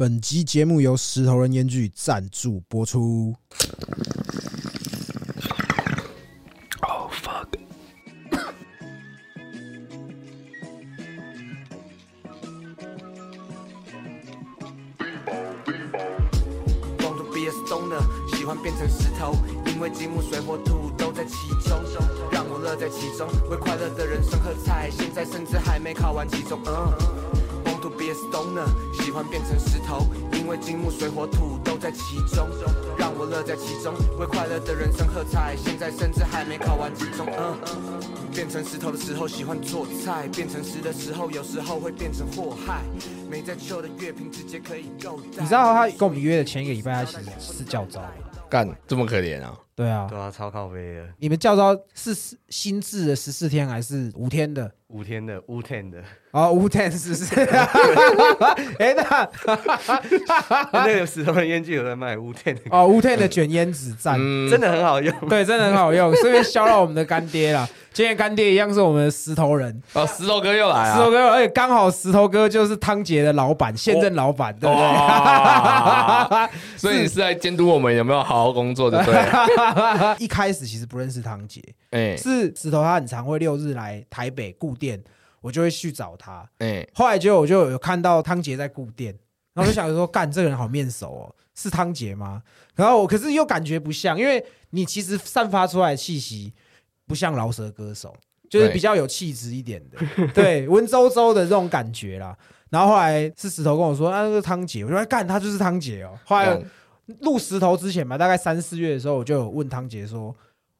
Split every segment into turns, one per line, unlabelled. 本集节目由石头人烟剧赞助播出。
Oh fuck！
want to be a stoner，喜欢变成石头，因为金木水火土都在其中，让我乐在其中，为快乐的人生喝彩。现在甚至还没考完期中，嗯。want to be a stoner，喜欢变成石头，因为金木水火土都在其中，让我乐在其中，为快乐的人生喝彩。现在甚至还没考完期中，嗯。变成石头的时候喜欢做菜，变成石的时候有时候会变成祸害。没在秋的月饼直接可以够带。
你知道他跟我们约的前一个礼拜，他其实是教招的。
干这么可怜啊！
对啊，
对啊，超靠背的，
你们教招是新制的十四天还是五天的？
五天的五天的，
哦，五天是不是？ 哎，那
那个石头的烟具有在卖五天的，
哦，五天的卷烟纸赞，
嗯，
真的很好用。
对，真的很好用。顺便销到我们的干爹啦，今天干爹一样是我们的石头人，
哦，石头哥又来
石头
啊！
哥，而且刚好石头哥就是汤杰的老板，现任老板，对不
哇
对？
哦所以你是来监督我们有没有好好工作的，对了？
一开始其实不认识汤杰，
哎
是石头他很常会六日来台北顾店，我就会去找他。
哎，
后来结果我就有看到汤杰在顾店，然后我就 想说，干这个人好面熟哦，是汤杰吗？然后我可是又感觉不像，因为你其实散发出来的气息不像饶舌歌手，就是
对
比较有气质一点的，对，文绉绉的这种感觉啦。然后后来是石头跟我说，啊，那是汤杰，我就说哎干他就是汤杰哦。后来
嗯
录石头之前吧，大概三四月的时候，我就有问汤杰说。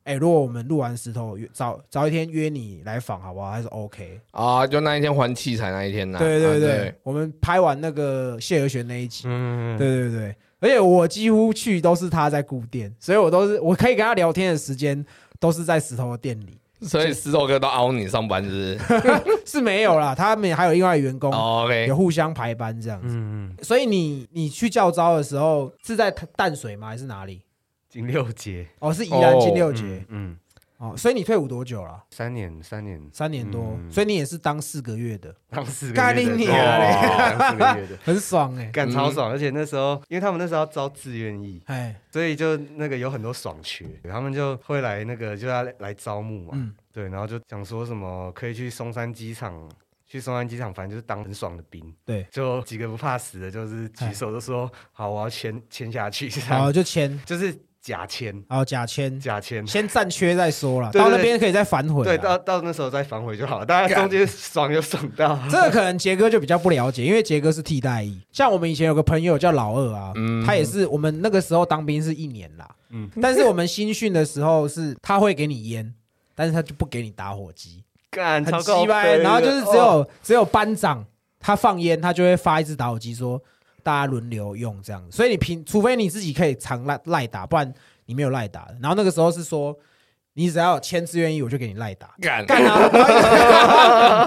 哎、如果我们录完石头，约早早一天约你来访好不好？还是 OK？
啊，就那一天还器材那一天呐。
对对
啊
对，，我们拍完那个谢和弦那一集，
嗯，
对对对，而且我几乎去都是他在顾店，所以我都是我可以跟他聊天的时间都是在石头的店里，
所以石头哥都熬你上班是不是
是没有啦，他们还有另外的员工
哦？OK，
有互相排班这样子，
嗯，
所以你你去教招的时候是在淡水吗？还是哪里？
金六节，
哦，是宜兰
哦
金六
嗯
节
嗯，
哦，所以你退伍多久了？
三年三年，
三年多，
嗯
所以你也是当四个月的，
当四
干
个月的
你
对
娘，
嘞
当四个月的
很爽哎、
干超爽。而且那时候，因为他们那时候要招志愿役，
哎，
所以就那个有很多爽缺，他们就会来那个就要来招募嘛，
嗯
对，然后就讲说什么可以去松山机场，去松山机场，反正就是当很爽的兵，
对，
就几个不怕死的，就是举手就说好，我要签签下去，这
然后
样
就签，
就是假签，
然后假签，
假签。
先暂缺再说了，
对对
到那
对
边可以再反悔啦。
对，到到那时候再反悔就好了。大家中间爽就爽到，
这个可能杰哥就比较不了解，因为杰哥是替代役。像我们以前有个朋友叫老二啊，
嗯
他也是我们那个时候当兵是一年啦，
嗯
但是我们新训的时候是他会给你烟，但是他就不给你打火机，
干
很
超
鸡
高
掰。然后就是只有、
哦
只有班长他放烟，他就会发一支打火机说大家轮流用这样，所以你平除非你自己可以常赖赖打，不然你没有赖打的。然后那个时候是说你只要签字愿意，我就给你赖打。
干
干啊！然后一堆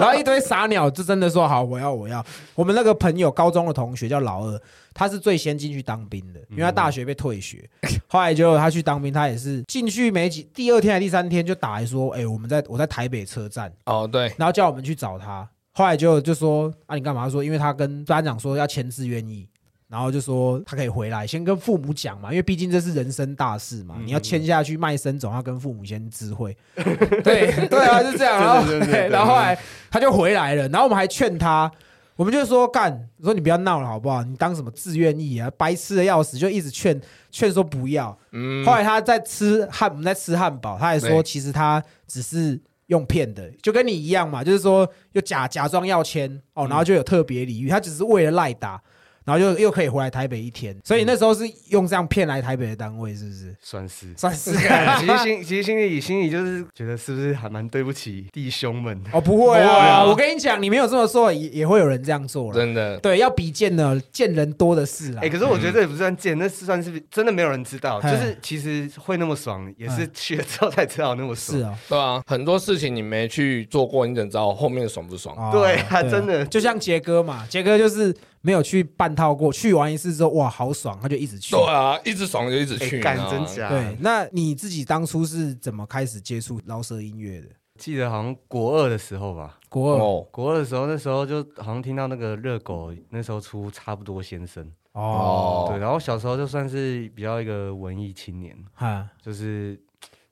然后一堆傻鸟就真的说好，我要我要。我们那个朋友高中的同学叫老二，他是最先进去当兵的，因为他大学被退学，后来就他去当兵，他也是进去没几，第二天还是第三天就打来说，哎、我们在我在台北车站，
哦，对，
然后叫我们去找他。后来就就说啊，你干嘛？他说因为他跟班长说要签字愿意，然后就说他可以回来，先跟父母讲嘛，因为毕竟这是人生大事嘛，你
嗯
要签下去卖身，总要跟父母先知 会。对对啊，是这样。然后
对对对对
然后后来他就回来了，然后我们还劝他。我们就说干，我说你不要闹了好不好？你当什么志愿意啊？白痴的要死，就一直劝劝说不要。
嗯
后，来他在吃汉，我们在吃汉堡，他还说
对
其实他只是用骗的，就跟你一样嘛，就是说又假假装要签
嗯
哦，然后就有特别礼遇，他只是为了赖打，然后又又可以回来台北一天，所以那时候是用这样骗来台北的单位，是不是？
算是。
算 是
其实心其实心里心里就是觉得是不是还蛮对不起弟兄们的，
哦，不会
不会
啊，
啊
我跟你讲，你没有这么说，也也会有人这样做了。
真的，
对，要比见呢，见人多的是啦
哎、。可是我觉得这也不算贱，那是算是真的没有人知道，就
哎
是其实会那么爽，也是去了之后才知道那么爽。
嗯是哦
对啊，很多事情你没去做过，你怎知道后面爽不爽？
哦，
对啊真的
就像杰哥嘛，杰哥就是没有去半套过，去完一次之后，哇，好爽，他就一直去。
对啊，一直爽就一直
哎、
去，啊
干
你知道
真
吗
假？
对，，啊那你自己当初是怎么开始接触饶舌音乐的？
记得好像国二的时候吧，
国二，
哦，
国二的时候，那时候就好像听到那个热狗那时候出差不多先生，
哦，
对，然后小时候就算是比较一个文艺青年，
哈，
就是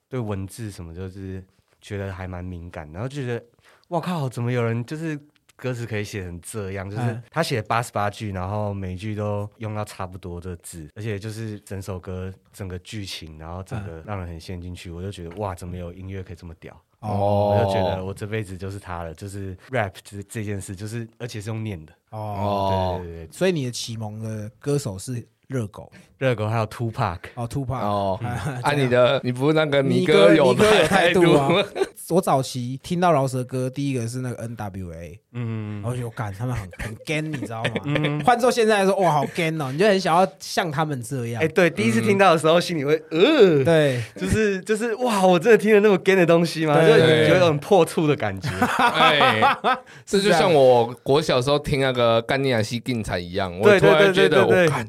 对文字什么就是觉得还蛮敏感，然后就觉得哇靠，怎么有人就是歌词可以写成这样？就是
嗯
他写八十八句，然后每一句都用到差不多的字，而且就是整首歌整个剧情，然后整
嗯
个让人很陷进去，我就觉得哇，怎么有音乐可以这么屌？
哦
我就觉得我这辈子就是他了，就是 rap 这这件事，就是而且是用念的。
哦，
对
哦
对对对，
所以你的启蒙的歌手是热狗
热狗还有 Two Pack，
哦，Tupac。
哦，啊，你的你不是那个
尼
哥
尼哥有
态
度啊！ 我早期听到饶舌歌，第一个是那个 NWA，
嗯
然，后就感他们很很 gan，你知道吗？换做现在来说，哇，好 gan 哦，你就很想要像他们这样
哎，。对，第一次听到的时候，心里会呃，
对，
就是就是哇，我真的听了那么 gay 的东西吗？就
对
是
对
有一种破处的感觉。
哎， 这就像我国小时候听那个干尼亚西进产一样， 我
对
突
对
然
对对
觉得
对
我
对
看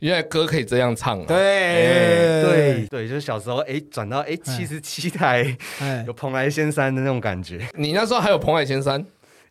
原来歌可以这样唱啊！
对
对，对，就是小时候哎转到哎七十七台
哎
有，蓬莱仙山的那种感觉。
你那时候还有彭海先生，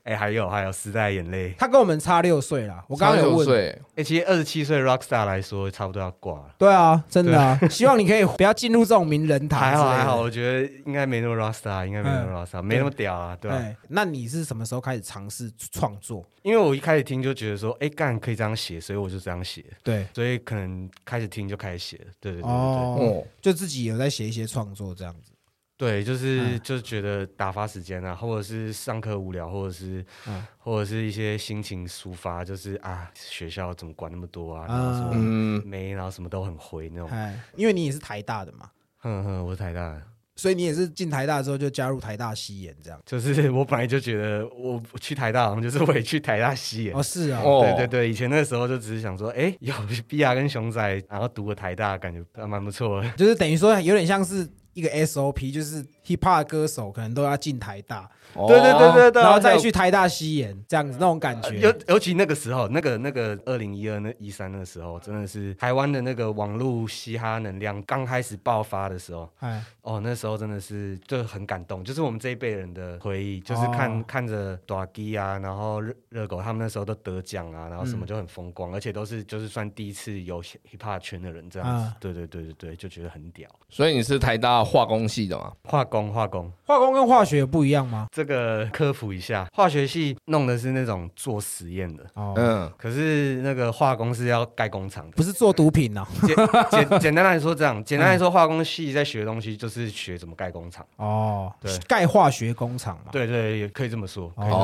哎，还有还有时代眼泪。
他跟我们差六岁啦，我
我
刚刚有
九
问，
岁，
哎，其实二十七岁 rockstar 来说，差不多要挂了。
对啊，真的啊，希望你可以不要进入这种名人堂。
还好还好，，我觉得应该没那么 rockstar，应该没
嗯
那么 rockstar，没那么屌啊，对吧？
哎，那你是什么时候开始尝试创作？
因为我一开始听就觉得说，哎干可以这样写，所以我就这样写，
对，
所以可能开始听就开始写了。对对对对对。
哦，
哦，
就自己有在写一些创作这样子。
对，就是、
嗯
就是觉得打发时间啊，或者是上课无聊，或者是、
嗯
或者是一些心情抒发，就是啊，学校怎么管那么多啊，然后什
啊
么
嗯，
没，然后什么都很灰那种。
哎，因为你也是台大的嘛，
哼哼，我太大了，
所以你也是进台大之后就加入台大西研这样。
就是我本来就觉得我我去台大好像就是委屈台大西耶。
哦，是啊，
哦
对对对，以前那时候就只是想说，哎，有碧亚跟熊仔，然后读个台大，感觉还蛮不错 的。
就是等于说有点像是一个 SOP，就是 hip hop 歌手可能都要进台大，
嗯对对
哦
对对对，
然后
还
再
有
去台大西研这样子那种感觉。
呃尤尤其那个时候，那个那个二零一二那一三那时候，真的是台湾的那个网络嘻哈能量刚开始爆发的时候，
哎，
哦，那时候真的是就很感动，就是我们这一辈人的回忆，就是看、
哦
看着短基啊，然后热热狗他们那时候都得奖啊，然后什么
嗯
就很风光，而且都是就是算第一次有 hip hop 圈的人这样子，
啊
对对对对对，就觉得很屌。
所以你是台大化工系的嘛？
化工化工
化工跟化学有不一样吗？
这个科普一下，化学系弄的是那种做实验的。
哦，
嗯，
可是那个化工是要盖工 厂的，
不是做毒品啊呐。
简简简单来说，这样简单来说，化工系在学的东西就是学怎么盖工厂。
哦，
对
盖化学工厂嘛。，
对对，也可以这么说。可以这么说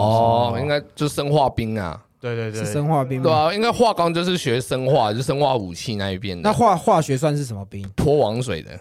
哦，应该就生化兵啊，
对对
是
对，
生化兵
对
吗？
啊，应该化工就是学生化，就生化武器那一边的，
那化化学算是什么兵？
泼王水的，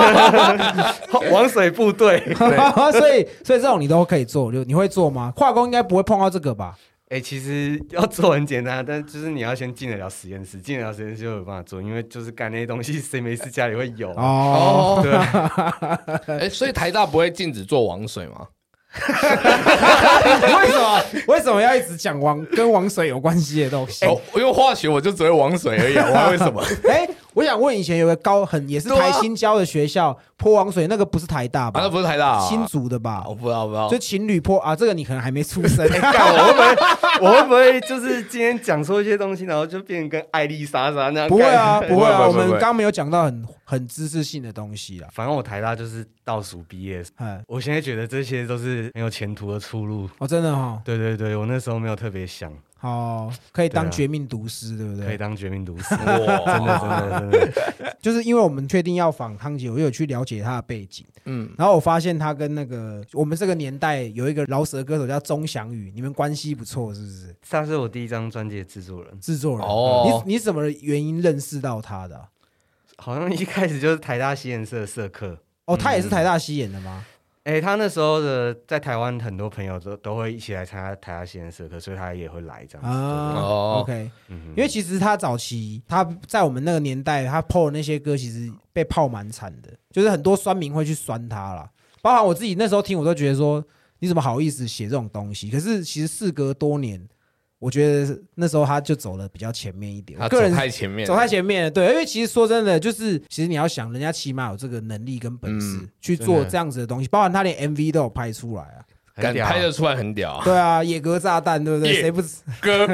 王水部队。
所以所以这种你都可以做，就你会做吗？化工应该不会碰到这个吧？
哎，其实要做很简单，但就是你要先进得了实验室，进得了实验室就有办法做，因为就是干那些东西，谁没事家里会有？啊
哦，
哦，
对，啊
哎，所以台大不会禁止做王水吗？
为什么为什么要一直讲王跟王水有关系的东
哎
西？
哦，因为化学我就只会王水而已啊，我还 会什么？
哎、我想问，以前有个高很也是台新交的学校泼王水，那个不是台大吧？
啊，那不是台大啊，
新竹的吧？
我不知道，我不知道
就。情侣泼啊，这个你可能还没出生。
干我会不会，我会不会就是今天讲错一些东西，然后就变成跟艾丽莎莎那样？
不会啊，
干
不会啊，我
不会不会
们
不会。
刚没有讲到很很知识性的东西啦。啊
反正我台大就是倒数毕业，
哎，
我现在觉得这些都是很有前途的出路。
哦，真的哈、
对对对，我那时候没有特别想，
好、可以当
对啊
绝命毒师，对不
可以
对？
当绝命毒师
哇，
真的真的真的，
就是因为我们确定要访汤姐，我有去了解她的背景，
嗯，
然后我发现她跟那个我们这个年代有一个饶舌歌手叫钟祥宇，你们关系不错是不是？
他是我第一张专辑的制作人，
制作人
哦
你你什么原因认识到他的啊、
好像一开始就是台大西研社的社课。
哦，他
嗯
也是台大西演的吗？
哎、他那时候的在台湾很多朋友都都会一起来参加台大西研社课，所以他也会来这样子。
啊、
啊，
哦
o k
嗯
因为其实他早期他在我们那个年代，他 PO 的那些歌其实被泡蛮惨的，就是很多酸民会去酸他啦。包含我自己那时候听，我都觉得说你怎么好意思写这种东西？可是其实事隔多年，我觉得那时候他就走了比较前面一点。我
他
个
走
人
太前面了，
走太前面了，对，因为其实说真的，就是其实你要想，人家起码有这个能力跟本事、
嗯
去做
真的
这样子的东西，包含他连 MV 都有拍出来啊。
敢
屌啊
拍得出来很屌啊！
对啊，野格炸弹，对不对？
野
谁不
哥，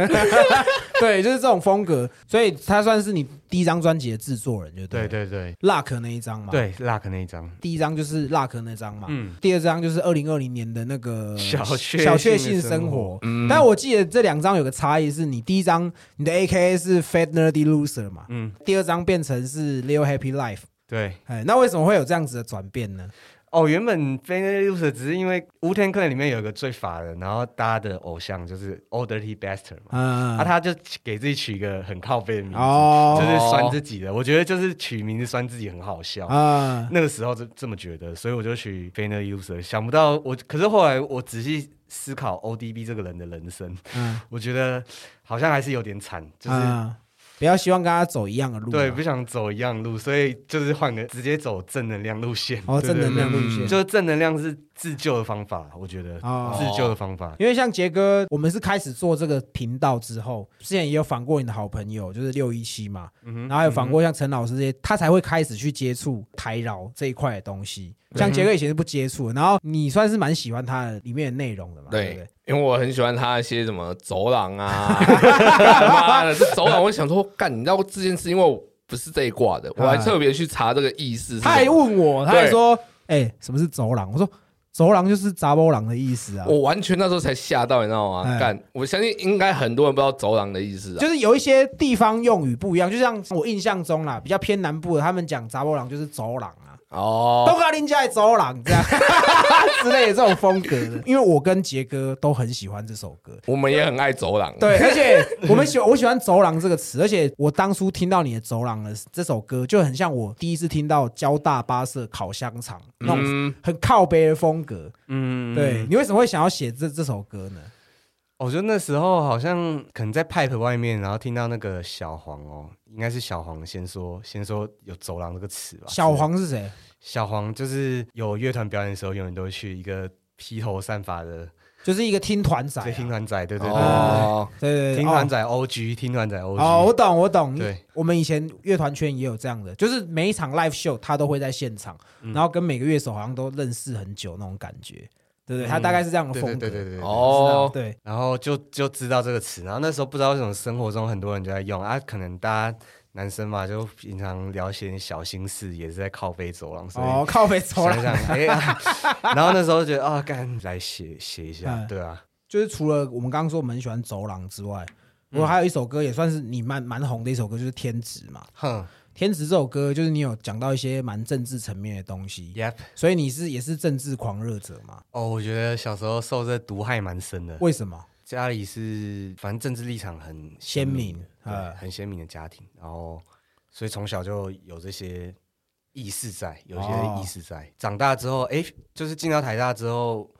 对，就是这种风格，所以他算是你第一张专辑的制作人，就
对
对
对对
了，Luck 那一张嘛，，
对，Luck 那一张，
第一张就是 Luck 那张嘛，
嗯，
第二张就是二零二零年的那个
小确
小
幸
确
的
幸生
生
活
活。
嗯
但我记得这两张有个差异是，你第一张你的 A K A 是 Fat Nerdy Loser 嘛，
嗯，
第二张变成是 Leo Happy Life，
对。
哎，那为什么会有这样子的转变呢？
哦，原本 f a n y Loser 只是因为无天客里面有一个最法的，然后大家的偶像就是 Old Dirty Bastard 嘛，
嗯，
啊，他就给自己取一个很靠背的名字，
哦
就是酸自己的。我觉得就是取名字酸自己很好笑。
啊，
那个时候这这么觉得，所以我就取 f a n e r User。想不到我，可是后来我仔细思考 ODB 这个人的人生，
嗯
我觉得好像还是有点惨，就是、
啊，不要希望跟他走一样的路啊，
对不想走一样路，所以就是换个直接走正能量路线。
哦，
对嗯
正能量路
对
线
对。就是正能量是自救的方法，我觉得、
哦
自救的方法。
因为像杰哥，我们是开始做这个频道之后，之前也有访过你的好朋友，就是六一七嘛，
嗯
然后还有访过像陈老师这些，他才会开始去接触台饶这一块的东西。
嗯
像杰哥以前是不接触的，然后你算是蛮喜欢他的里面的内容的嘛，对不
对
对？，
因为我很喜欢他一些什么走廊啊，妈的，这走廊我想说，干，你知道这件事，因为我不是这一挂的，我还特别去查这个意思是什
他还
么。
问我，他还
对
说：“哎、什么是走廊？”我说：“走廊就是杂波廊的意思啊。”
哦
我完全那时候才吓到，你知道吗
哎？
干，我相信应该很多人不知道走廊的意思啊。
就是有一些地方用语不一样，就像我印象中啦，比较偏南部的，他们讲杂波廊就是走廊啊，
哦，
都跟林家的走廊这样之类的这种风格的。因为我跟杰哥都很喜欢这首歌，
我们也很爱走廊。
对，而且我们喜我 喜欢“走廊”这个词，而且我当初听到你的“走廊”的这首歌，就很像我第一次听到交大巴社烤香肠那种
嗯，
很靠背的风格。
嗯，
对你为什么会想要写这这首歌呢？
哦我觉得那时候好像可能在 Pipe 外面，然后听到那个小黄哦，应该是小黄先说先说有走廊这个词吧。
小黄是谁？
小黄就是有乐团表演的时候，永远都会去一个披头散发的
就是一个听团仔啊、
对听团仔，对对对对，
哦，
对对对，
听
哦
团仔 OG，听团仔
哦，我
OG。
懂，我懂。
对，
我们以前乐团圈也有这样的，就是每一场 live show 他都会在现场，
嗯
然后跟每个乐手好像都认识很久那种感觉，对不对？他大概是这样的
对
风
对
格。
嗯对对对哦，
哦
哦，，
对，
然后就就知道这个词，然后那时候不知道为什么生活中很多人就在用啊，可能大家男生嘛，就平常聊些小心事，也是在靠背走廊，所以
哦，靠北走
想一
了。
想，哎、啊 然后那时候觉得啊，干来写写一下，
嗯
对啊，
就是除了我们刚刚说我们很喜欢走廊之外，
嗯
我还有一首歌也算是你蛮蛮红的一首歌，就是《天职》嘛。
哼
《天职》这首歌就是你有讲到一些蛮政治层面的东西，
，Yep，
所以你是也是政治狂热者嘛？
哦，我觉得小时候受这毒害蛮深的，
为什么？
家里是反正政治立场很
鲜明
对
嗯
很鲜明的家庭，然后所以从小就有这些意识在，有一
哦
些意识在。长大之后，哎、就是进到台大之后，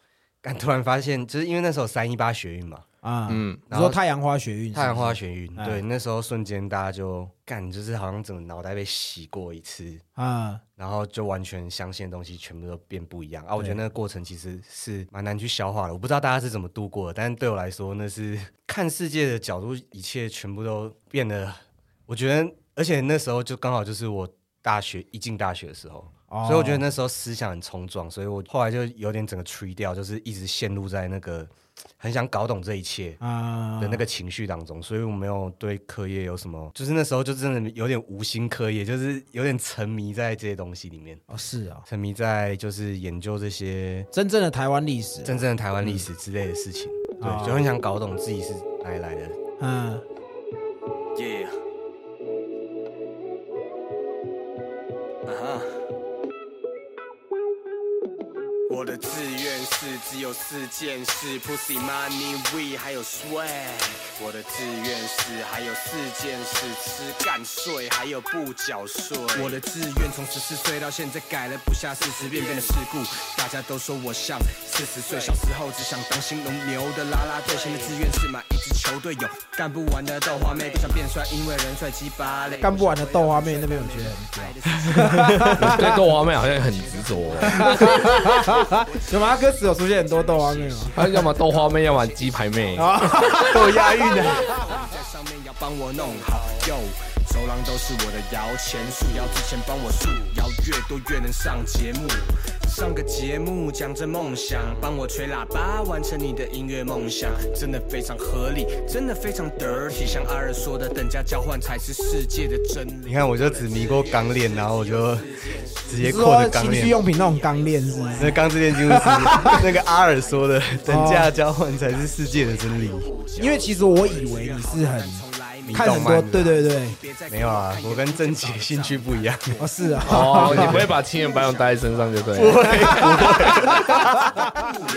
干突然发现，就是因为那时候三一八学运嘛，
啊，
嗯，
你
然后
说太阳花学运是不是，
太阳花学运，
嗯
对，那时候瞬间大家就干，就是好像整个脑袋被洗过一次，
啊，
然后就完全相信的东西全部都变不一样啊！我觉得那个过程其实是蛮难去消化的，我不知道大家是怎么度过的，但对我来说，那是 看世界的角度，一切全部都变得，我觉得，而且那时候就刚好就是我大学一进大学的时候，
哦
所以我觉得那时候思想很冲撞，所以我后来就有点整个 tree 掉，就是一直陷入在那个很想搞懂这一切。
啊
的那个情绪当中，所以我没有对课业有什么，就是那时候就真的有点无心课业，就是有点沉迷在这些东西里面，
哦是啊，
沉迷在就是研究这些
真正的台湾历史，
真正的台湾历史之类的事情，
哦
对，就很想搞懂自己是哪里来的。
嗯，
Yeah. Uh-huh. 我的志愿是只有四件事：pussy、money、weed，还有 swag。我的志愿是还有四件事：吃、干、睡，还有不缴税。我的志愿从十四岁到现在改了不下四十遍遍的事故。大家都说我像四十岁，小时候只想当新农牛的啦啦队。现在志愿是买一支球队友，干不完的豆花妹不想变帅，因为人帅鸡巴累。
干不完的豆花妹那边我觉得很屌。
我对豆花妹好像很执着哦，
有吗？歌词有出现很多豆花妹吗？
她要么豆花妹，要么鸡排妹。
都押韵的，
在上面要帮我弄好哟。走廊都是我的摇钱树，摇之前帮我数，摇越多越能上节目。上个节目讲着梦想，帮我吹喇叭，完成你的音乐梦想，真的非常合理，真的非常 dirty。像阿尔说的，等价交换才是世界的真理。
你看，我就只迷过钢链，然后我就直接
是
扣
说
着钢
情趣
链。
用品那种钢链是不是？
那 钢之炼金术师，那个阿尔说的，等价交换才是世界的真理。
因为其实我以为你是很看很
动漫
多，
的
对对对，
没有啊，我跟郑姐兴趣不一样。
哦是 啊，
哦，你不会把青眼白龙带在身上就对了。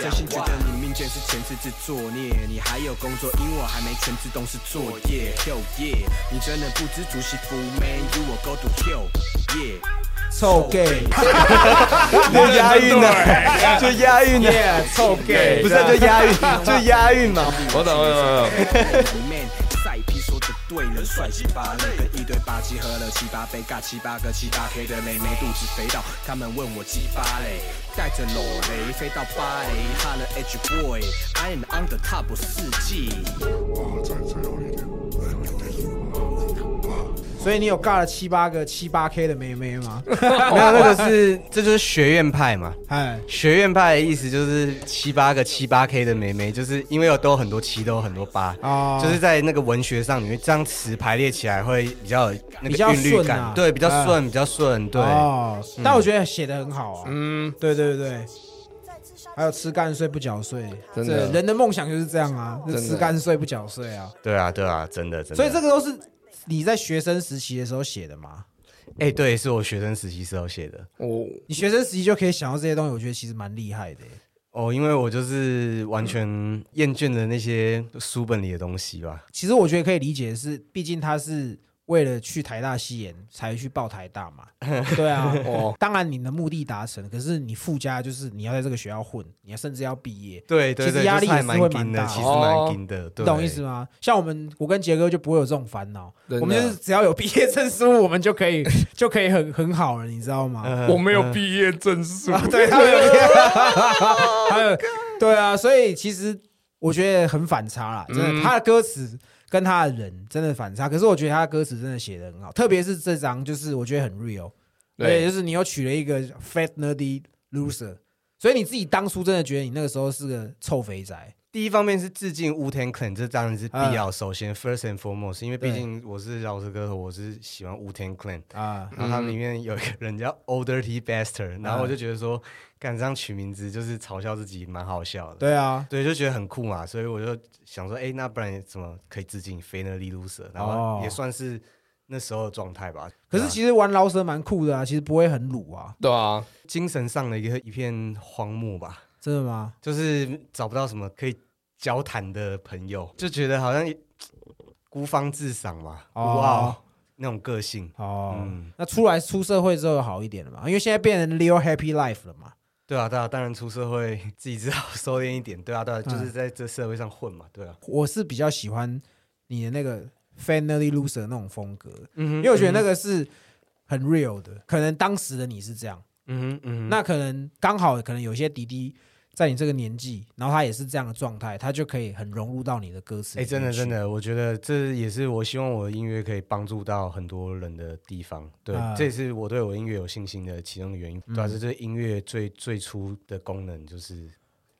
真心觉得你命贱是前世之作孽，你还有工作，因我还没全职懂事作业。Yo yeah，你真的不知足惜福，Man，you will go to hell。Yeah，
臭 gay，
就押韵啊，就押韵啊，
臭 gay，
不是啊就押韵， 就押韵嘛。
我懂，我懂，我懂。
man，赛 批说的对了，帅气芭蕾跟一堆吧唧喝了七八杯，尬七八个七八 K 的妹妹肚子肥到，他们问我鸡巴嘞，带着裸雷飞到芭蕾，哈了 H boy，I am on the top 我世纪。
所以你有尬了七八个七八 K 的妹妹吗？
没有，那个是，这就是学院派嘛。
哎，
学院派的意思就是七八个七八 K 的妹妹，就是因为有都有很多七，都有很多八，
哦
就是在那个文学上，你会这样词排列起来会比较有那
比较
个韵律
顺
感，
啊
对，比较
哎
顺，比较顺，对。
哦，但我觉得写的很好啊，
嗯，
对对对。还有吃干睡不缴税，
真的
这人的梦想就是这样啊，就
真的
吃干睡不缴税啊。
对啊，对啊，真的，真的。
所以这个都是你在学生时期的时候写的嘛？
哎、对，是我学生时期时候写的
我
你学生时期就可以想到这些东西，我觉得其实蛮厉害的耶。
哦，因为我就是完全厌倦了那些书本里的东西吧。
其实我觉得可以理解的是，毕竟他是为了去台大西研才去报台大 嘛。对啊，
哦
当然你的目的达成，可是你附加就是你要在这个学校混，你要甚至要毕业，
对对
其
对，
实压力
就是还
也是会
蛮紧
蛮
的，
大
其实
的。
蛮
哦
紧的，
你
对，
懂意思吗？像我们，我跟杰哥就不会有这种烦恼，
真的
我们就是只要有毕业证书，我们就可以就可以很很好了，你知道 吗？
嗯？
我没有毕业证书，
啊对，他们有 毕业，他们有对啊，所以其实我觉得很反差啦，真的，
嗯
他的歌词跟他的人真的反差，可是我觉得他的歌词真的写的很好，特别是这张，就是我觉得很 real，对，
对
就是你又娶了一个 fat nerdy loser，所以你自己当初真的觉得你那个时候是个臭肥宅，
第一方面是致敬 Wu Tang Clan，这当然是必要。首先，first and foremost，因为
嗯对
毕竟我是饶舌歌手，我是喜欢 Wu Tang Clan。
啊，
然后他们里面有一个人叫 Old Dirty Bastard，然后我
嗯
就觉得说，干这样取名字就是嘲笑自己，蛮好笑的。
对啊，
对，就觉得很酷嘛，所以我就想说，哎，那不然怎么可以致敬 f a n e r l y Loser？然
哦
后也算是那时候的状态吧。啊
可是其实玩饶舌蛮酷的啊，其实不会很鲁啊，
对啊，
精神上的一个一片荒漠吧，
真的吗？
就是找不到什么可以交谈的朋友，就觉得好像孤芳自赏嘛，孤
哦
傲、那种个性。
哦，
嗯
那出来出社会之后有好一点了嘛？因为现在变成 Leo Happy Life 了嘛。
对啊，对啊，当然出社会自己知道收敛一点。对啊，对
嗯
啊，就是在这社会上混嘛。对啊，
我是比较喜欢你的那个 Family Loser 那种风格，
嗯哼
因为我觉得那个是很 real 的。可能当时的你是这样，
嗯哼嗯哼
那可能刚好可能有些弟弟在你这个年纪，然后他也是这样的状态，他就可以很融入到你的歌词。
哎、真的真，的，我觉得这也是我希望我的音乐可以帮助到很多人的地方。对，
啊
这也是我对我音乐有信心的其中的原因。
嗯
对、啊，这就是音乐最最初的功能，就是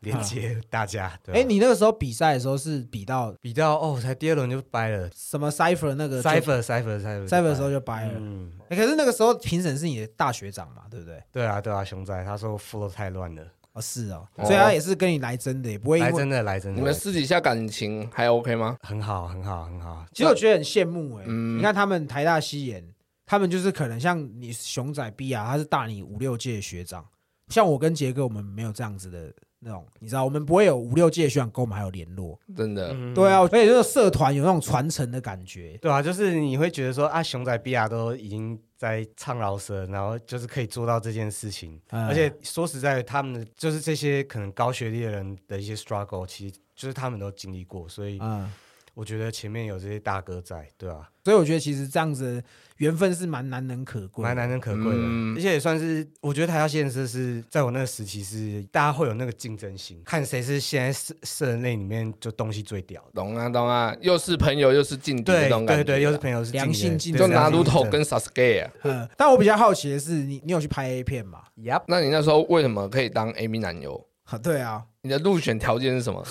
连接大家。对、啊，
嗯哎，你那个时候比赛的时候是比到
比到哦，才第二轮就掰了
什么 Cipher 那个
，cipher cipfer cipher
Cipher 呃的时候就掰了。
嗯，
哎可是那个时候评审是你的大学长嘛，对不对？
对啊对啊，熊仔他说 flow 太乱了，
哦，是哦，
哦
所以他也是跟你来真的，也不会因
来
为
真的来真的，
你们私底下感情还 OK 吗？
很好很好很好。
其实我觉得很羡慕哎、
嗯
你看他们台大西研，他们就是可能像你熊仔 B 啊，他是大你五六届的学长，像我跟杰哥，我们没有这样子的那种，你知道，我们不会有五六届的学长跟我们还有联络，
真的，
嗯
对啊，而且就是社团有那种传承的感觉，
对啊，就是你会觉得说啊，熊仔比亚都已经在唱饶舌，然后就是可以做到这件事情。
嗯
而且说实在，他们的就是这些可能高学历的人的一些 struggle，其实就是他们都经历过，所以
嗯，
我觉得前面有这些大哥在，对啊吧、
所以我觉得其实这样子的缘分是蛮难能可贵的，
蛮难能可贵的，
嗯
而且也算是我觉得台下现实是在我那个时期是大家会有那个竞争心，看谁是现在社社人类里面就东西最屌的。
懂啊懂啊，又是朋友又是劲敌
对
那种感觉
对
啊，
对，又是朋友是
良性竞
竞
争
争，
就拿
炉
鲁头跟 Sasuke 啊。
嗯，但我比较好奇的是，你你有去拍 A 片吗？
那你那时候为什么可以当 A B 男优？
啊，对啊，
你的入选条件是什么？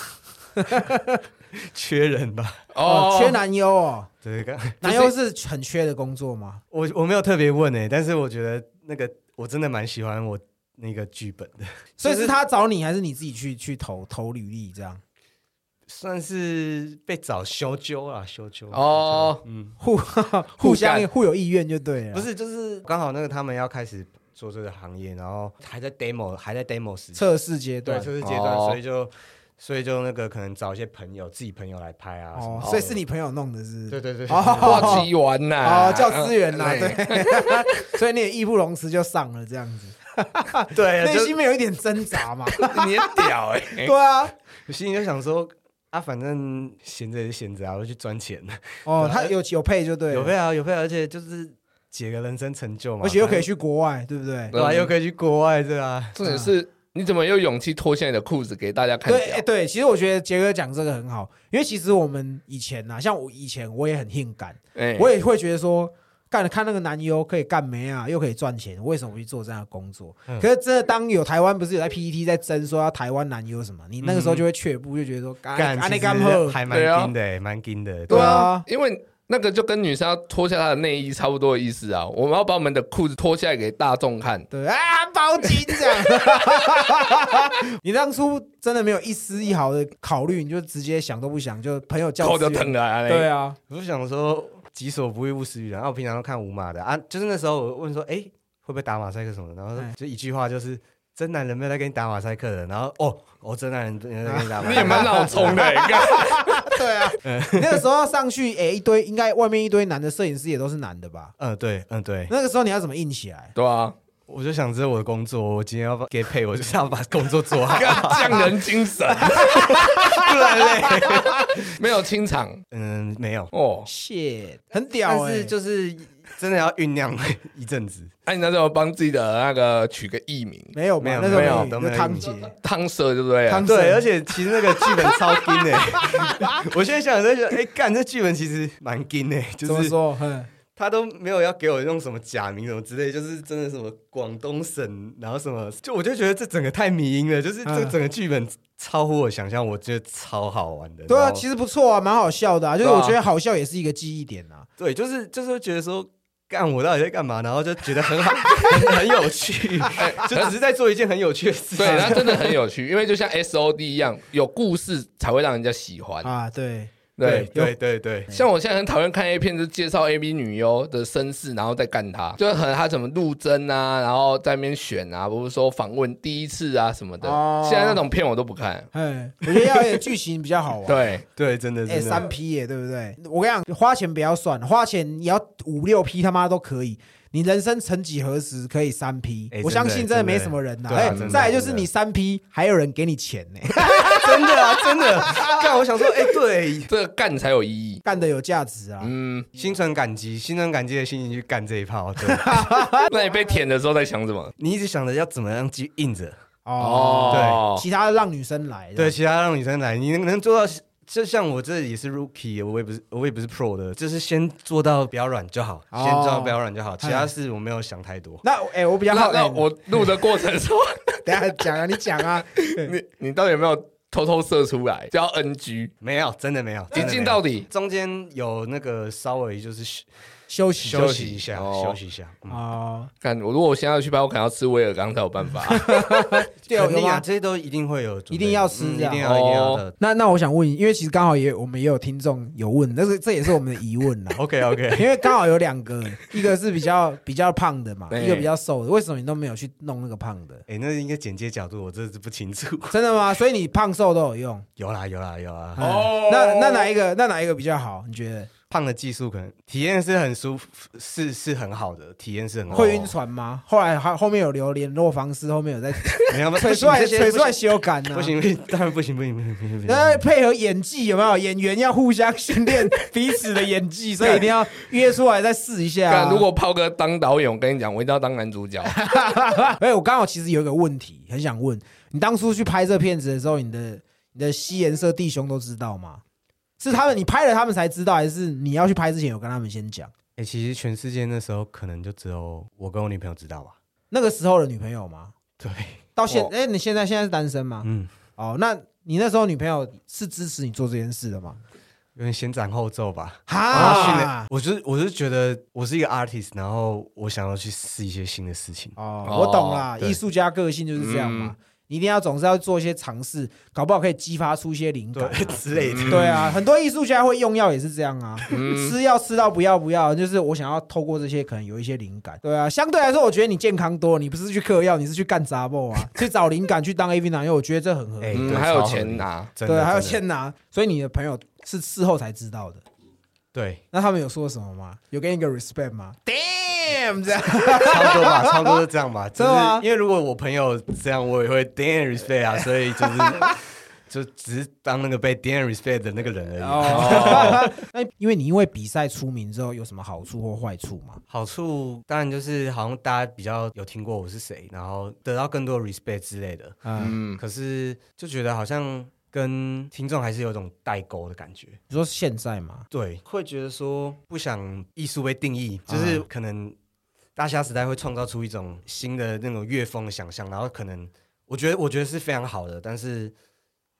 缺人吧？
哦，缺男优哦，
对，刚
男优是很缺的工作吗？
我我没有特别问诶、但是我觉得那个我真的蛮喜欢我那个剧本的，
所以是他找你，还是你自己去去投投履历这样？
算是被找修纠啊，修纠
哦，
嗯，
互互相
干
互有意愿就对了，
不是，就是刚好那个他们要开始做这个行业，然后还在 demo，还在 demo 时期，
测试阶
对
段
测试阶段，
哦
所以就所以就那个可能找一些朋友，自己朋友来拍啊什么
哦
的，，
所以是你朋友弄的是不
对
是？
对对，啊
哦
挂机完呐，
哦，叫资源
呃
啦，
哎
对， 所以你也义不容辞就上了这样子，
对啊，
内
就
心没有一点挣扎 嘛？
你也屌哎、
对啊，
我心里就想说啊，反正闲着也闲着啊，我就去赚钱，
哦，他有有配就对了，
啊有配啊有配啊，而且就是解个人生成就嘛，
而且又可以
去
去国外，对不
嗯
对？
对啊，又可以去国外对啊，
重点是你怎么有勇气脱下你的裤子给大家看？
嗯对，哎、对，其实我觉得杰哥讲这个很好，因为其实我们以前呐、像我以前我也很性感，
哎
我也会觉得说，干看那个男优可以干没啊，又可以赚钱，为什么不去做这样的工作？
嗯
可是真的，当有台湾不是有在 PPT 在争说要台湾男优什么，你那个时候就会却步，就觉得说，干干
干其
啊那
实
干后，
还蛮
对啊
金的欸，蛮金的，
对
对
啊
啊，
因为那个就跟女生要脱下她的内衣差不多的意思啊，我们要把我们的裤子脱下来给大众看。
对啊，包金这样。 你当初真的没有一丝一毫的考虑，你就直接想都不想，就朋友叫
扣就
资源
疼了，
对
啊，
啊，
我就想说己所不欲，勿施于人。然后我平常都看五马的啊，就是那时候我问说，哎、会不会打马赛克什么的？然后
哎
就一句话就是。真男人没有在跟你打马赛克的，然后哦，哦，真男人没有在跟你打马
你
赛
也蛮
克。
脑冲 的、你看
对啊，你那个时候要上去，哎、一堆应该外面一堆男的摄影师也都是男的吧？
嗯，对，嗯，对，
那个时候你要怎么硬起来？
对 啊，
我就想这是我的工作，我今天要给配，我就是要把工作做 好，
干匠人精 神，
不然嘞，
啊
没有清场
嗯，没有，
哦。
shit，很屌
但
哎、
是就是真的要酝酿一阵子，
那、哎你那时候帮自己的那个取个艺名，
没有
没
嘛？
有
那时候
没有
你
都
就
没有
汤姐，
汤蛇对不对 了？
汤
对，
神
而且其实那个剧本超金的、 我现在想在想，哎、干这剧本其实蛮金的、就
怎么
是
说？哼
他都没有要给我用什么假名什么之类，就是真的什么广东省，然后什么，就我就觉得这整个太迷因了，就是这
嗯
整个剧本超乎我想象，我觉得超好玩的。
对啊，
然后
其实不错啊，蛮好笑的啊。就是
对啊
我觉得好笑也是一个记忆点啊。
对，就是就是觉得说。干我到底在干嘛？然后就觉 得很好，很很有趣，
哎
就只是在做一件很有趣的事。
对，它真的很有趣，因为就像 S O D 一样，有故事才会让人家喜欢。
啊，对，
对对
对，
对对，
像我现在很讨厌看 A 片，就介绍 A B 女优的身世，然后再干她，就是很她怎么入贞啊，然后在那边选啊，不是说访问第一次啊什么的。
哦
现在那种片我都不看。
哎，我觉得要有点剧情比较好玩。啊
对，
对，真的
哎，
真
三
的。
P 耶，对不对？我跟你讲，花钱不要算，花钱也要五六 P 他妈都可以。你人生曾几何时可以三 P？
哎真的
我相信真的没什么人呐。
真的
哎
真，的
再来就是
真的
你三 P，还有人给你钱呢，
真的啊，真的。但我想说，哎、对，
这个干才有意义。
干的有价值啊。
嗯，
心存感激，心存感激的心情去干这一 炮。对，哎
那你被舔的时候在想什么？
你一直想着要怎么样去硬着，
哦，
哦，
其他的让女生来。
对，，其他让女生来，你能能做到。就像我这也是 rookie，我也不是我也不是 pro 的，就是先做到不要软就好，
哦
先做到不要软就好，其他事我没有想太多。
那哎，我比较
那
好。
那
哎
我录的过程中，
等一下讲啊，你讲 啊，
你你到底有没有偷偷射出来？叫 NG，
没有，真的没有，
一
真的没有
镜到底。
中间有那个稍微就是休
休息
休息一下，
哦
休息一下。嗯
哦，
看我如果我现在要去拍，我可能要吃威尔刚才有办 法。
啊
对，哦
肯
有
定啊，
吗？
这些都一定会有准备的，
一定要吃
嗯
这
一
样哦
定要一定要的。。
那那我想问，因为其实刚好也我们也有听众有问，但是这也是我们的疑问啦
OK OK，
因为刚好有两个，一个是比较比较胖的嘛，
对
一个比较瘦的，为什么你都没有去弄那个胖的？
哎，那应该剪接角度我真的是不清楚。
真的吗？所以你胖瘦都有用。
有啦有啦有啦，哦
哦，那那哪一个那哪一个比较好？你觉得？
胖的技术可能体验是很舒服，是是很好的，体验是很好的
会晕，船吗？后来还后面有留联络方式，后面有在
没有
腿出来腿出来
不行
修改呢，
不行，不行，当然不行不行不行不行不行不
那
行，
配合演技有没有？演员要互相训练彼此的演技，所以一定要约出来再试一下、啊
干如果炮哥当导演，我跟你讲，我一定要当男主角。
哎，我刚好其实有一个问题很想问你，当初去拍这片子的时候，你的你的西颜色弟兄都知道吗？是他们你拍了他们才知道，还是你要去拍之前有跟他们先讲？
哎，其实全世界那时候可能就只有我跟我女朋友知道吧，
那个时候的女朋友吗？
对，
到现
我
哎、你现在现在是单身吗？
嗯，
哦，那你那时候女朋友是支持你做这件事的吗？
有点先斩后奏吧。
啊
我要训练
哈，
我就是我是觉得我是一个 artist，然后我想要去试一些新的事情。
哦，
哦
我懂啦，
对嗯
艺术家个性就是这样嘛，你一定要总是要做一些尝试，搞不好可以激发出一些灵感啊、
对之类的，
对啊，很多艺术家会用药也是这样啊，
嗯
吃药吃到不要不要，就是我想要透过这些可能有一些灵感。对啊，相对来说，我觉得你健康多，你不是去嗑药，你是去干杂货 啊，去找灵感，去当 AV 男优，我觉得这很合理。
哎
嗯，
对
还有
超合理
钱拿，
真的
对，还有
真的
欠拿，所以你的朋友是事后才知道的。
对，
那他们有说什么吗？有给你一个 respect 吗？Damn，这样
差不多吧，差不多就这样吧。
真的吗
就是因为如果我朋友这样，我也会 damn respect 啊，所以就是 就只是当那个被 damn respect 的那个人而已。
哦。那因为你因为比赛出名之后，有什么好处或坏处吗？
好处当然就是好像大家比较有听过我是谁，然后得到更多的 respect 之类的。
嗯，
嗯，
可是就觉得好像跟听众还是有种代沟的感觉。
你说现在吗？
对，会觉得说不想艺术被定义，就是可能大虾时代会创造出一种新的那种乐风的想象，然后可能我觉得我觉得是非常好的，但是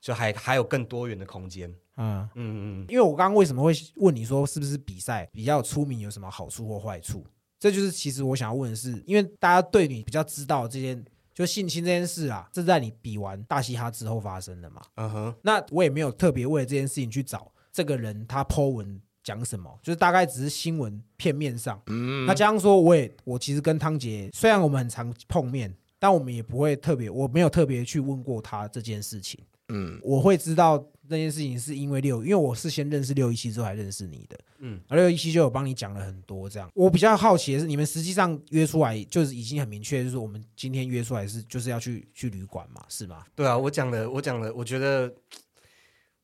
就还还有更多元的空间。
嗯。
嗯嗯嗯，
因为我刚刚为什么会问你说是不是比赛比较出名有什么好处或坏处？这就是其实我想要问的是，因为大家对你比较知道这件就性侵这件事啊，是在你比完大嘻哈之后发生的嘛？
嗯哼，
那我也没有特别为了这件事情去找这个人他 Po 文讲什么，就是大概只是新闻片面上。嗯，那加上说，我也我其实跟汤姐虽然我们很常碰面，但我们也不会特别，我没有特别去问过他这件事情。嗯，我会知道那件事情是因为六，因为我是先认识六一七之后才认识你的。嗯，六一七就有帮你讲了很多这样。我比较好奇的是，你们实际上约出来就是已经很明确，就是我们今天约出来是就是要去去旅馆嘛，是吗？
对啊，我讲的我讲的，我觉得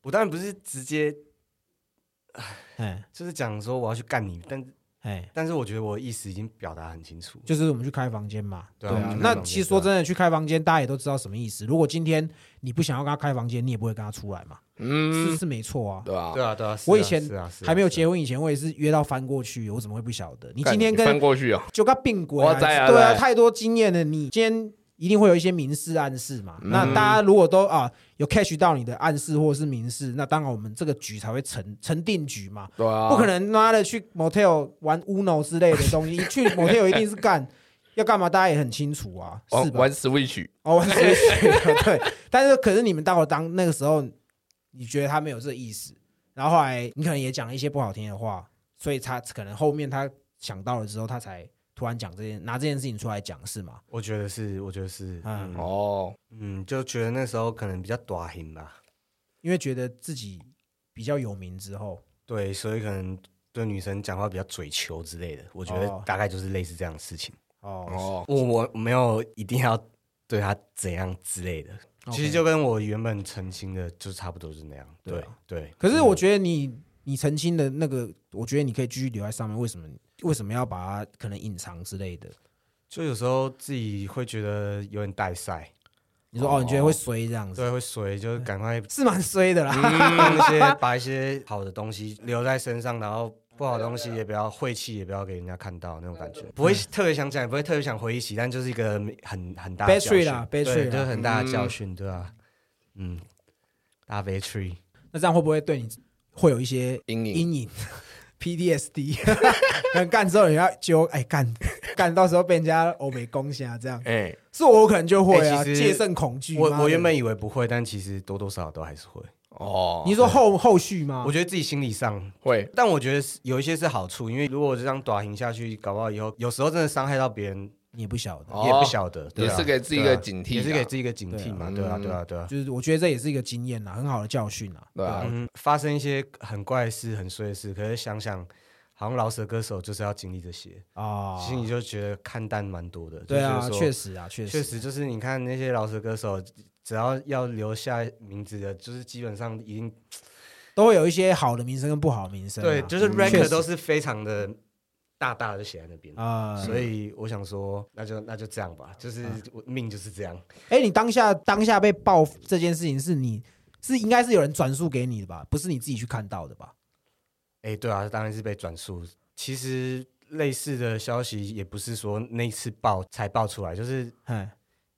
我当然不是直接
哎
就是讲说我要去干你，但
哎，
但是我觉得我的意思已经表达很清楚。
就是我们去开房间嘛。
对啊我们去
嗯
开
那
房间
其实说真的，去开房间，大家也都知道什么意思。如果今天你不想要跟他开房间，你也不会跟他出来嘛，
嗯
是，是没错啊。
对吧？
对啊对啊，是啊
我以前
是啊是啊
还没有
是啊
结婚以前，我也是约到翻过去，我怎么会不晓得？你
干
今天
翻
跟
过去哦，
就跟并轨
我
啊，
知啊
对啊，
对
太多经验了。你今天一定会有一些明示暗示嘛。
嗯
那大家如果都啊有 catch 到你的暗示或是明示，那当然我们这个局才会成成定局嘛。
对啊，
不可能妈的去 motel 玩 Uno 之类的东西，去 motel 一定是 干要干嘛，大家也很清楚啊，是
玩
吧
哦玩？Switch，
哦，玩 Switch，对。啊但是可是你们到了当那个时候，你觉得他没有这意思，然后后来你可能也讲了一些不好听的话，所以他可能后面他想到了之后，他才突然讲这件拿这件事情出来讲是吗？
我觉得是我觉得是
嗯
嗯
哦，
嗯，就觉得那时候可能比较短行吧。
因为觉得自己比较有名之后，
对，所以可能对女生讲话比较嘴求之类的，我觉得
哦
大概就是类似这样的事情。
哦，
哦，
我我没有一定要对她怎样之类的，其实
OK
就跟我原本澄清的就差不多是那样。
对
对
啊
对，
可是我觉得你你澄清的那个，我觉得你可以继续留在上面。为什么为什么要把它可能隐藏之类的？
就有时候自己会觉得有点带赛，
你说哦，你觉得会衰这样子，
对，会嗯随就是赶快
是蛮衰的啦。
把一些把一些好的东西留在身上，然后。不好的东西也不要晦气，也不要给人家看到那种感觉，不会特别想讲，也不会特别想回忆起，但就是一个很很大的教
Battery
训
啦
对
battery 啦
就是很大的教训，对啊，嗯，大 battery，
那这样会不会对你会有一些
阴影
阴影？PDSD，可 能干之后你要揪，哎干干，到时候被人家欧美攻下这样，
哎，
是我我可能就会啊，
哎其实
戒慎恐惧。
我
妈的
我原本以为不会，但其实多多少少都还是会。
哦，
你说后后续吗？
我觉得自己心理上，
会
但我觉得是有一些是好处，因为如果这样短行下去，搞不好以后有时候真的伤害到别人，
你也不晓得。
也不晓得，对
也
啊
是给自己一个
对啊
警惕啊
也是给自己一个警惕嘛，
对
对
啊
啊，对啊，对啊。
就是我觉得这也是一个经验啦，很好的教训啦。
对啊，
嗯，发生一些很怪的事、很衰的事，可是想想，好像老舍歌手就是要经历这些，
啊，
心里就觉得看淡蛮多的。就
对啊
觉，得说
确实啊，确
确
实，
实就是你看那些饶舌歌手，只要要留下名字的，就是基本上已经
都会有一些好的名声跟不好的名声啊。
对，就是
确
record
实
都是非常的大大的写在那边。
啊。
所以我想说，那就那就这样吧，就是我命就是这样。
哎，你当下当下被爆这件事情，是你是应该是有人转述给你的吧？不是你自己去看到的吧？
哎，对啊，当然是被转述。其实类似的消息也不是说那次爆才爆出来，就是
嗯，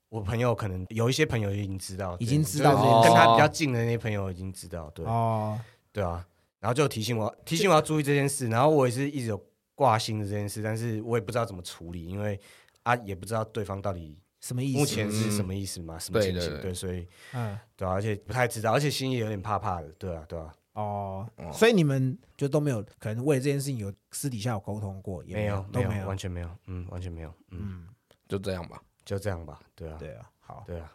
我朋友可能有一些朋友已经知道，
已经知
道
对
这件
就是跟
事
他比较近的那些朋友已经知道，对
哦，
对啊，然后就提醒我，提醒我要注意这件事，然后我也是一直有挂心的这件事，但是我也不知道怎么处理，因为啊也不知道对方到底
什么意思？
目前是什么意思嘛，什么
嗯对
情
对
形，
对
对，所以
嗯。
对啊，而且不太知道，而且心里有点怕怕的，对啊，对啊，
哦，所以你们就都没有可能为了这件事情有私底下有沟通过，也
没有
都
没
没
有，
有
完，全没有，嗯，完全没有，嗯，
就这样吧。
就这样吧，对啊，
对啊，好，
对啊，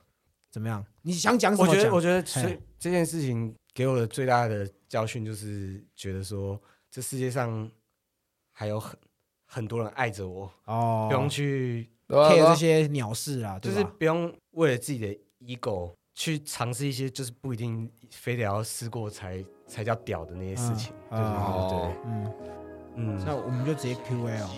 怎么样？你想讲什
我
么
觉得
讲
我觉得
嘿
这这件事情给我的最大的教训就是觉得说，这世界上还有很很多人爱着我，不用
哦
去。
对啊
，care
对
这
啊
些鸟事啊，
就
对
是
吧？
不用为了自己的 ego 去尝试一些，就是不一定非得要试过才才叫屌的那些事情。
嗯
对对对
哦
对，
嗯，
嗯，
那我们就直接 Q A 哦。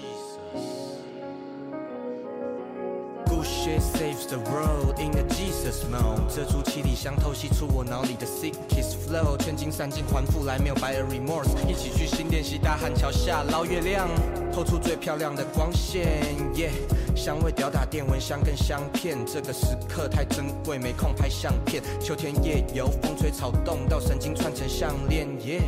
Good shit saves the world in the Jesus mode。这股七里香透析出我脑里的 sick kiss flow，千金散尽还复来，没有 buyer remorse。一起去新店西大汉桥下捞月亮，透出最漂亮的光线。耶、香味吊打电蚊香跟香片，这个时刻太珍贵，没空拍相片。秋天夜游，风吹草动到神经串成项链。耶、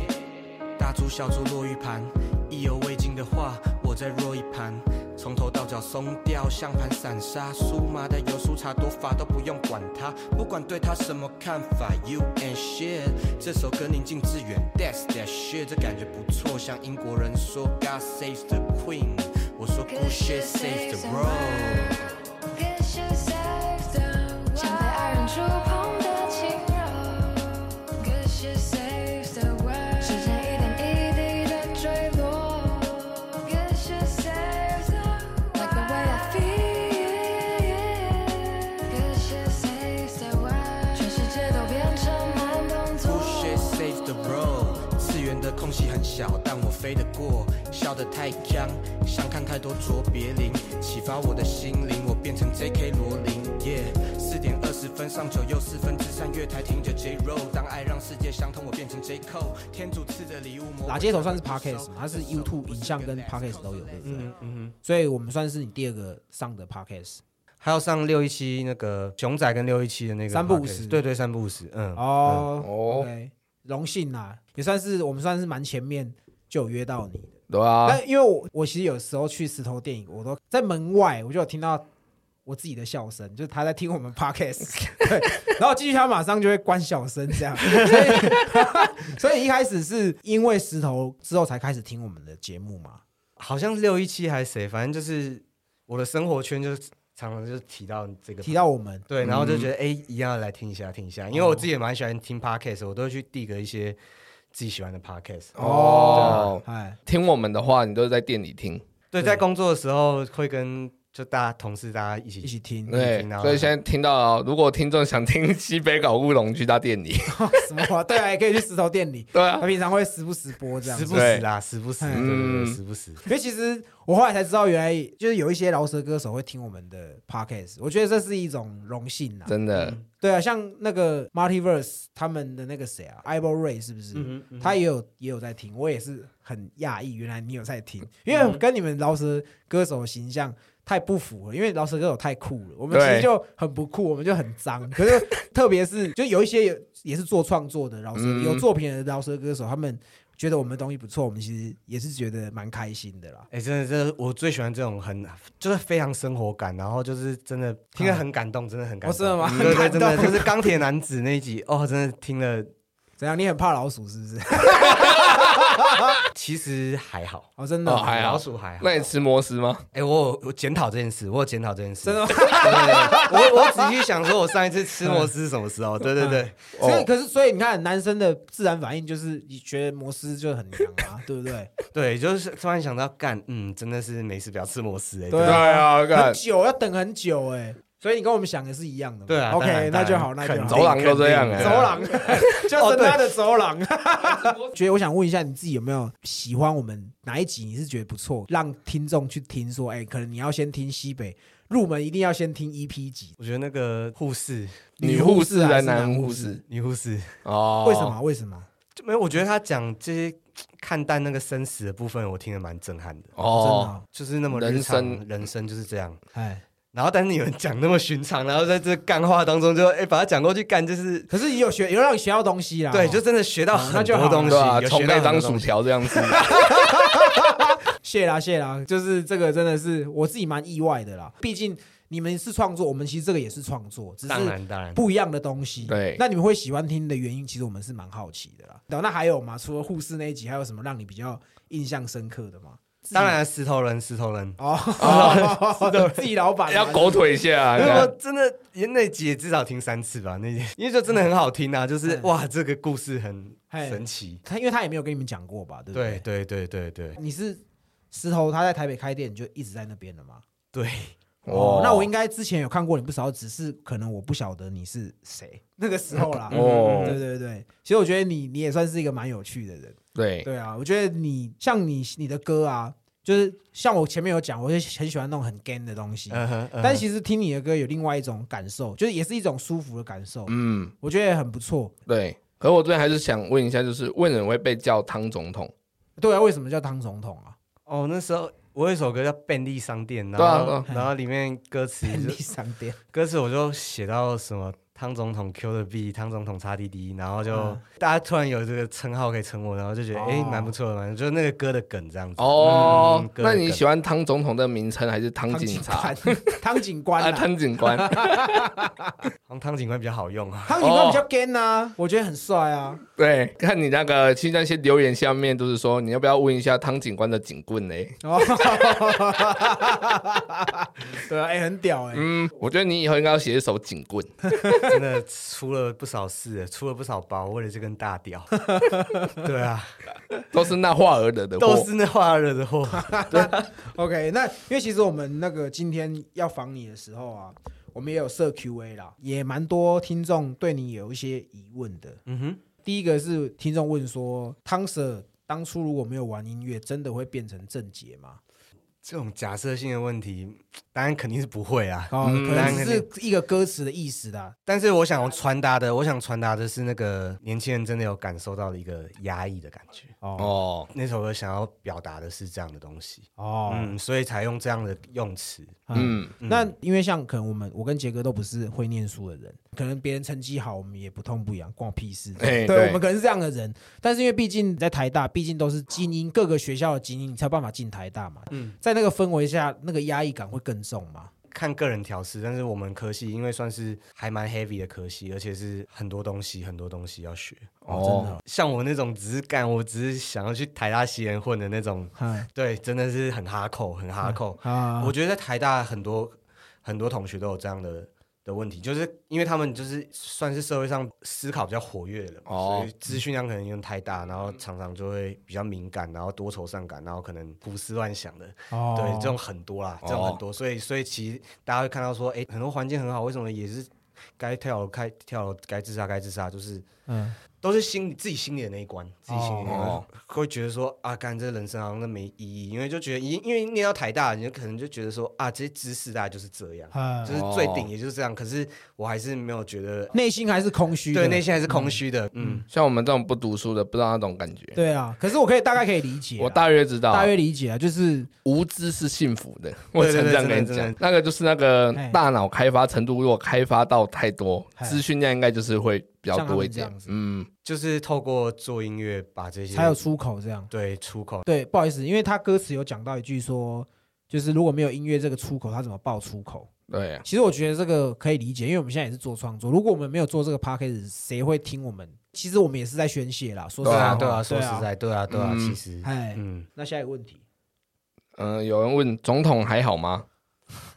大珠小珠落玉盘，意犹未尽的话，我再弱一盘。从头到脚松掉，像盘散沙，酥麻的油酥茶多法都不用管它，不管对它什么看法，You and shit。这首歌宁静致远，That's that shit，这感觉不错，像英国人说 God saves the queen，我说 Good shit saves the world。
像被爱人触碰的轻柔，时间一点一滴的坠落。Like the way I feel，全世界都变成慢动作。
Bullshit saves the world。次元的空隙很小，但我飞得过。笑得太僵，想看太多卓别林，启发我的心灵，我变成 J.K. 罗琳。耶，四点二十分上九又四分之三，月台停着 J. Roll。当爱让世界相通，我变成 J. Cole。天主赐的礼物，魔鬼
打街头算是
不收
podcast 嘛，它是 YouTube 影像跟 podcast 都有，对不对？
嗯嗯，
所以我们算是你第二个上的 podcast
还有上六一七那个熊仔跟六一七的那个
三不
podcast，
五时
对对，三不五十，嗯，
哦。
哦
OK，荣幸啊，也算是我们算是蛮前面就有约到你。
对啊，
但因为我我其实有时候去石头电影，我都在门外，我就有听到我自己的笑声，就是他在听我们 podcast，对，然后进去他马上就会关小声这样，所以所以一开始是因为石头之后才开始听我们的节目嘛，
好像六一七还是谁，反正就是我的生活圈就是常常就提到这个
提到我们
对，然后就
嗯
觉得哎、诶一定要来听一下，听一下，因为我自己也蛮喜欢听 podcast，我都会去递个一些自己喜欢的 podcast。
哦，
哎，
听我们的话，你都是在店里听，
对，在工作的时候会跟就大家同事大家一起
一起听
对
听到，
所以现在听到，如果听众想听西北搞乌龙，去他店里，
什么话？对啊，也可以去石头店里，
对啊
他，平常会时不时播这样
时
子。
不时啦，时不时，对对
嗯
对，时不时。
因为其实我后来才知道，原来就是有一些饶舌歌手会听我们的 podcast，我觉得这是一种荣幸呐、
真的，
对啊，像那个 Multiverse 他们的那个谁啊 i v o r Ray 是不是？他也有也有在听，我也是很讶异，原来你有在听，因为跟你们饶舌歌手形象太不符合，因为饶舌歌手太酷了，我们其实
对
就很不酷，我们就很脏。可 是特别是就有一些有也是做创作的饶舌、
嗯
有作品的饶舌歌手，他们觉得我们的东西不错，我们其实也是觉得蛮开心的啦。
哎、真的，真的，我最喜欢这种很就是非常生活感，然后就是真的听得很感动，真的很感
哦
动。
真的吗
嗯对对，
很
真
感
的
动
就是钢铁男子那一集，哦，真的听了
怎样？你很怕老鼠是不是？
其实还好，
哦，真的
哦，
哦，
还好
老鼠还好
那你吃摩斯吗？
哎、我有我检讨这件事，我有检讨这件事。
真的吗嗯
对？对对我我仔细想说，我上一次吃摩斯是什么时候？对对对，
所以可是所以你看，男生的自然反应就是你觉得摩斯就很娘啊，对不对？
对，就是突然想到，干，嗯，真的是没事不要吃摩斯哎、
对
真的
啊
啊，
很
看
久要等很久哎，所以你跟我们想的是一样的嘛。
对啊当
，OK，
然
那就
当然
好，那就
肯
好。
定
走廊都这样
肯
哎
定
走廊，就是他的走廊。 觉得我想问一下，你自己有没有喜欢我们哪一集？你是觉得不错，让听众去听说，哎、可能你要先听西北入门，一定要先听 E EP 集。
我觉得那个护士，
女护士还是
男
男
护
护
士
士？
女护士，
哦，
为什么？为什么？
就没有，我觉得他讲这些看淡那个生死的部分，我听得蛮震撼的，
真的
哦，
哦、
就是那么
人
日常
生
人生就是这样。
哎、
然后，但是你们讲那么寻常，然后在这干话当中就哎、把它讲过去干，就是
可是也有学，有让你学到东西啦。
对，
哦
就真的学到
那
很
就好
多东西，
对啊，
有
从
学到
那
很多
张
东
薯
西。
条这样吃，
谢啦谢啦，就是这个真的是我自己蛮意外的啦。毕竟你们是创作，我们其实这个也是创作，只是
当然当然，
不一样的东西。
对
那你们会喜欢听的原因，其实我们是蛮好奇的啦。那还有吗？除了护士那一集，还有什么让你比较印象深刻的吗？
当然石头人，石头人。
哦， 自己老板啊
要狗腿一下 啊，
因为我
看
真的，那集也至少听三次吧，那集，因为就真的很好听啊，就是
嗯
哇，这个故事很
嘿
神奇。
他，因为他也没有跟你们讲过吧？对不
对？对对对对
你是石头，他在台北开店，你就一直在那边了吗？
对，
哦，那我应该之前有看过你不少，只是可能我不晓得你是谁 那个时候啦。嗯
哦
对对对，其实我觉得你你也算是一个蛮有趣的人。
对
对啊，我觉得你像你你的歌啊，就是像我前面有讲，我就很喜欢那种很 gay 的东西。
嗯哼，嗯哼
但其实听你的歌有另外一种感受，就是也是一种舒服的感受，
嗯
我觉得很不错。
对。可我这边还是想问一下，就是为什么会被叫汤总统？
对啊，为什么叫汤总统啊？
哦，那时候我有一首歌叫《便利商店》，
对啊
然后然后里面歌词
便利
就
商店，
歌词我就写到什么汤总统 Q 的 B，汤总统叉 D D，然后就
嗯
大家突然有这个称号可以称我，然后就觉得
哦
哎蛮不错的，蛮就是那个歌的梗这样子。
哦
嗯，歌的
那你
梗
喜欢汤总统的名称还是汤警察
官？，汤警官
啊，
啊，
汤警官
好像汤警官比较好用 啊。
汤警官
哦
比较 gay 啊，我觉得很帅啊。
对，看你那个，其实那些留言下面都是说，你要不要问一下汤警官的警棍呢？
哦， 对啊，哎、很屌哎、
嗯，我觉得你以后应该要写一首警棍。
真的出了不少事，出了不少包，为了这根大 屌。对啊，
都是那话儿惹的祸。
都是那花惹的祸。
OK，那因为其实我们那个今天要访你的时候啊，我们也有设 Q&A 啦，也蛮多听众对你有一些疑问的。
嗯哼，
第一个是听众问说，汤 Sir 当初如果没有玩音乐，真的会变成正解吗？
这种假设性的问题，当然肯定是不会啊。
哦，
嗯
可能只是一个歌词的意思啦。
但是我想传达的，我想传达的是那个年轻人真的有感受到的一个压抑的感觉。
哦
哦，
那首歌想要表达的是这样的东西，
哦，
嗯，所以才用这样的用词。
嗯。
嗯，
那因为像可能我们我跟杰哥都不是会念书的人，可能别人成绩好，我们也不痛不痒，关我屁事。
哎
对
对
我们可能是这样的人，但是因为毕竟在台大，毕竟都是精英，各个学校的精英，你才有办法进台大嘛。嗯，在那个氛围下，那个压抑感会更重嘛。
看个人调试，但是我们科系因为算是还蛮 heavy 的科系，而且是很多东西很多东西要学。呃
哦，
像我那种只是干，我只是想要去台大西人混的那种，
哈
对，真的是很哈扣，很哈扣。
啊，
我觉得在台大很多很多同学都有这样的的问题，就是因为他们就是算是社会上思考比较活跃的人，
哦
所以资讯量可能有点太大，然后常常就会比较敏感，然后多愁善感，然后可能胡思乱想的，
哦
对，这种很多啦，
哦
这种很多，所以所以其实大家会看到说，哎，很多环境很好，为什么也是该跳楼该跳楼该自杀该自杀，就是
嗯
都是心里自己心里的那一关，自己心里的那一关、
哦
会觉得说啊，干这人生好像都没意义，因为就觉得因因为念到台大，你就可能就觉得说啊，这些知识大概就是这样，
啊
就，是最顶也就是这样。可是我还是没有觉得，
内心还是空虚的。
对内心还是空虚的，嗯，
像我们这种不读书的，不知道那种感觉。
对啊，可是我可以大概可以理解啦，
我大约知道，
大约理解啊，就是
无知是幸福的， 我
对
常这样
真的
跟你
真的
讲。那个就是那个
哎
大脑开发程度，如果开发到太多，
哎
资讯量应该就是会比较
像他
多一
们这
点
样。子
嗯，
就是透过做音乐把这些
才有出口这样。
对出口，
对，不好意思，因为他歌词有讲到一句说，就是如果没有音乐这个出口，它怎么报出口？
对，
其实我觉得这个可以理解，因为我们现在也是做创作。如果我们没有做这个 p a c k a g e 谁会听我们？其实我们也是在宣泄啦。说实
对
在
啊，
话，
对啊，
对
说实在，对啊，对啊，
嗯
其实，
哎，
嗯，
那下一个问题，
嗯，有人问总统还好吗？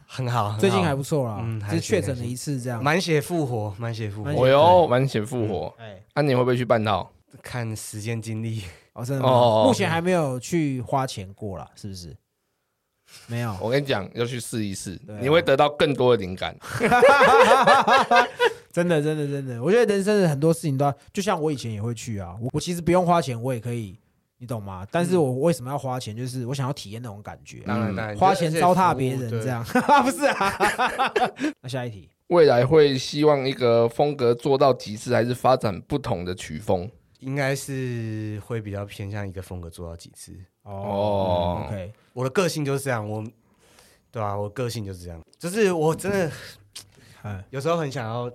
很好，很好
最近还不错啦
嗯，
只
还
是
行
确诊
还
了
行
一次这样。
满血复活，满血复
满
活，
血
我哟，满血复活，
哎，
那你会不会去办到？
看时间精力，
哦，真的
哦
吗，
哦
目前还没有去花钱过啦，是不是？没有，
我跟你讲，要去试一试
对啊，
你会得到更多的灵感。
真的，真的，真的，我觉得人生的很多事情都要，就像我以前也会去啊，我我其实不用花钱，我也可以，你懂吗？但是我为什么要花钱？就是我想要体验那种感觉，
嗯当然，当然，
花
就是
钱
这些
糟蹋
服务
别人这。样， 不是啊？ 那下一题，
未来会希望一个风格做到极致，还是发展不同的曲风？
对应该是会比较偏向一个风格做到极致。
哦
哦
o k
我的个性就是这样，我对啊，我个性就是这样，就是我
嗯
真的
哎，
有时候很想要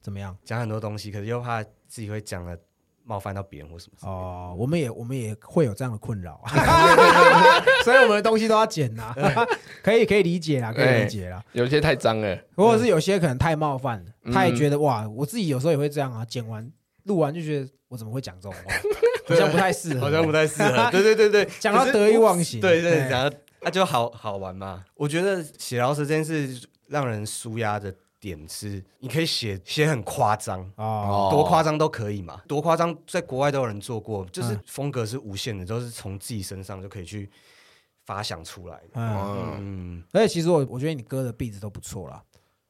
怎么样？
讲很多东西，可是又怕自己会讲了冒犯到别人或什么。
哦，我们也我们也会有这样的困扰， 所以我们的东西都要剪呐、可以可以理解啦，可以理解啦。
有些太脏了，
或者是有些可能太冒犯了，
嗯
他也觉得哇，我自己有时候也会这样啊，剪完录完就觉得我怎么会讲这种话，好像不太适合，
好像不太适 合。对对对对，
讲到
可是
得意忘形
对
哎
对，讲到那就好好玩嘛。我觉得写饶舌这件事让人舒压的点是，你可以写写很夸张。
哦，
多夸张都可以嘛，多夸张，在国外都有人做过，就是
嗯
风格是无限的，都是从自己身上就可以去发想出来的。
嗯，
嗯，
嗯
而且其实我我觉得你歌的 beat 都不错啦，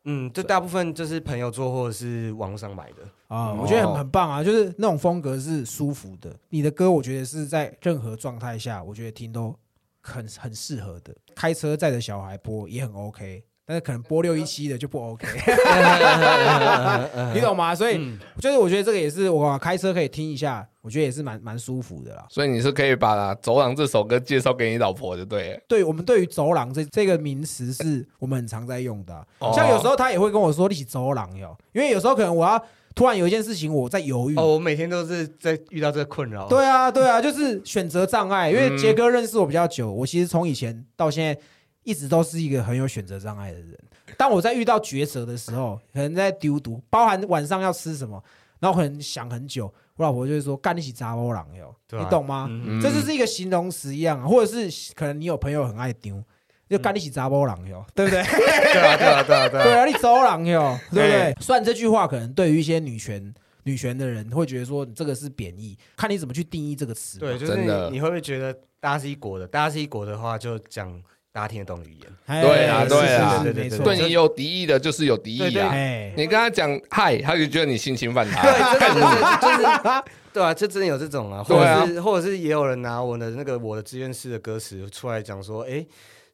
嗯，这大部分就是朋友做或者是网络上买的。
啊，
嗯
我觉得很
哦
很棒啊，就是那种风格是舒服的，你的歌我觉得是在任何状态下，我觉得听都很很适合的，开车载着小孩播也很 OK。但是可能播六一七的就不 OK，你懂吗？所以就是我觉得这个也是我开车可以听一下，我觉得也是蛮蛮舒服的啦。
所以你是可以把《走廊》这首歌介绍给你老婆就对了。
对我们对于走廊这这个名词是我们很常在用的啊、
哦
像有时候他也会跟我说一起走廊哟，因为有时候可能我要突然有一件事情我在犹豫，
哦，我每天都是在遇到这个困扰。
对啊对啊，就是选择障碍。因
嗯
为杰哥认识我比较久，我其实从以前到现在一直都是一个很有选择障碍的人。当我在遇到抉择的时候，可能在丢毒，包含晚上要吃什么，然后可能想很久，我老婆就会说干一起扎波狼哟，
对啊
你懂吗？
嗯
这就是一个形容词一样、啊，或者是可能你有朋友很爱
嗯
丢，就干一起扎波狼 哟，对不对？
对啊，对啊，对啊，对啊
对啊，你走廊哟，对不对？虽然这句话可能对于一些女权女权的人会觉得说你这个是贬义，看你怎么去定义这个词嘛。
对，就是
真的
你你会不会觉得大家是一国的？大家是一国的话，就讲大家听得懂的语言。
哎
对啊
是
对
是
啊
是
对对
没
对
错。
对你有敌意的，就是有敌意
对
啊。
哎，
你跟他讲嗨，他就觉得你性侵犯 他。
对，真的就是就是，对啊，就真的有这种啊，或
对啊
者是或者是也有人拿我的那个我的志愿师的歌词出来讲说，哎，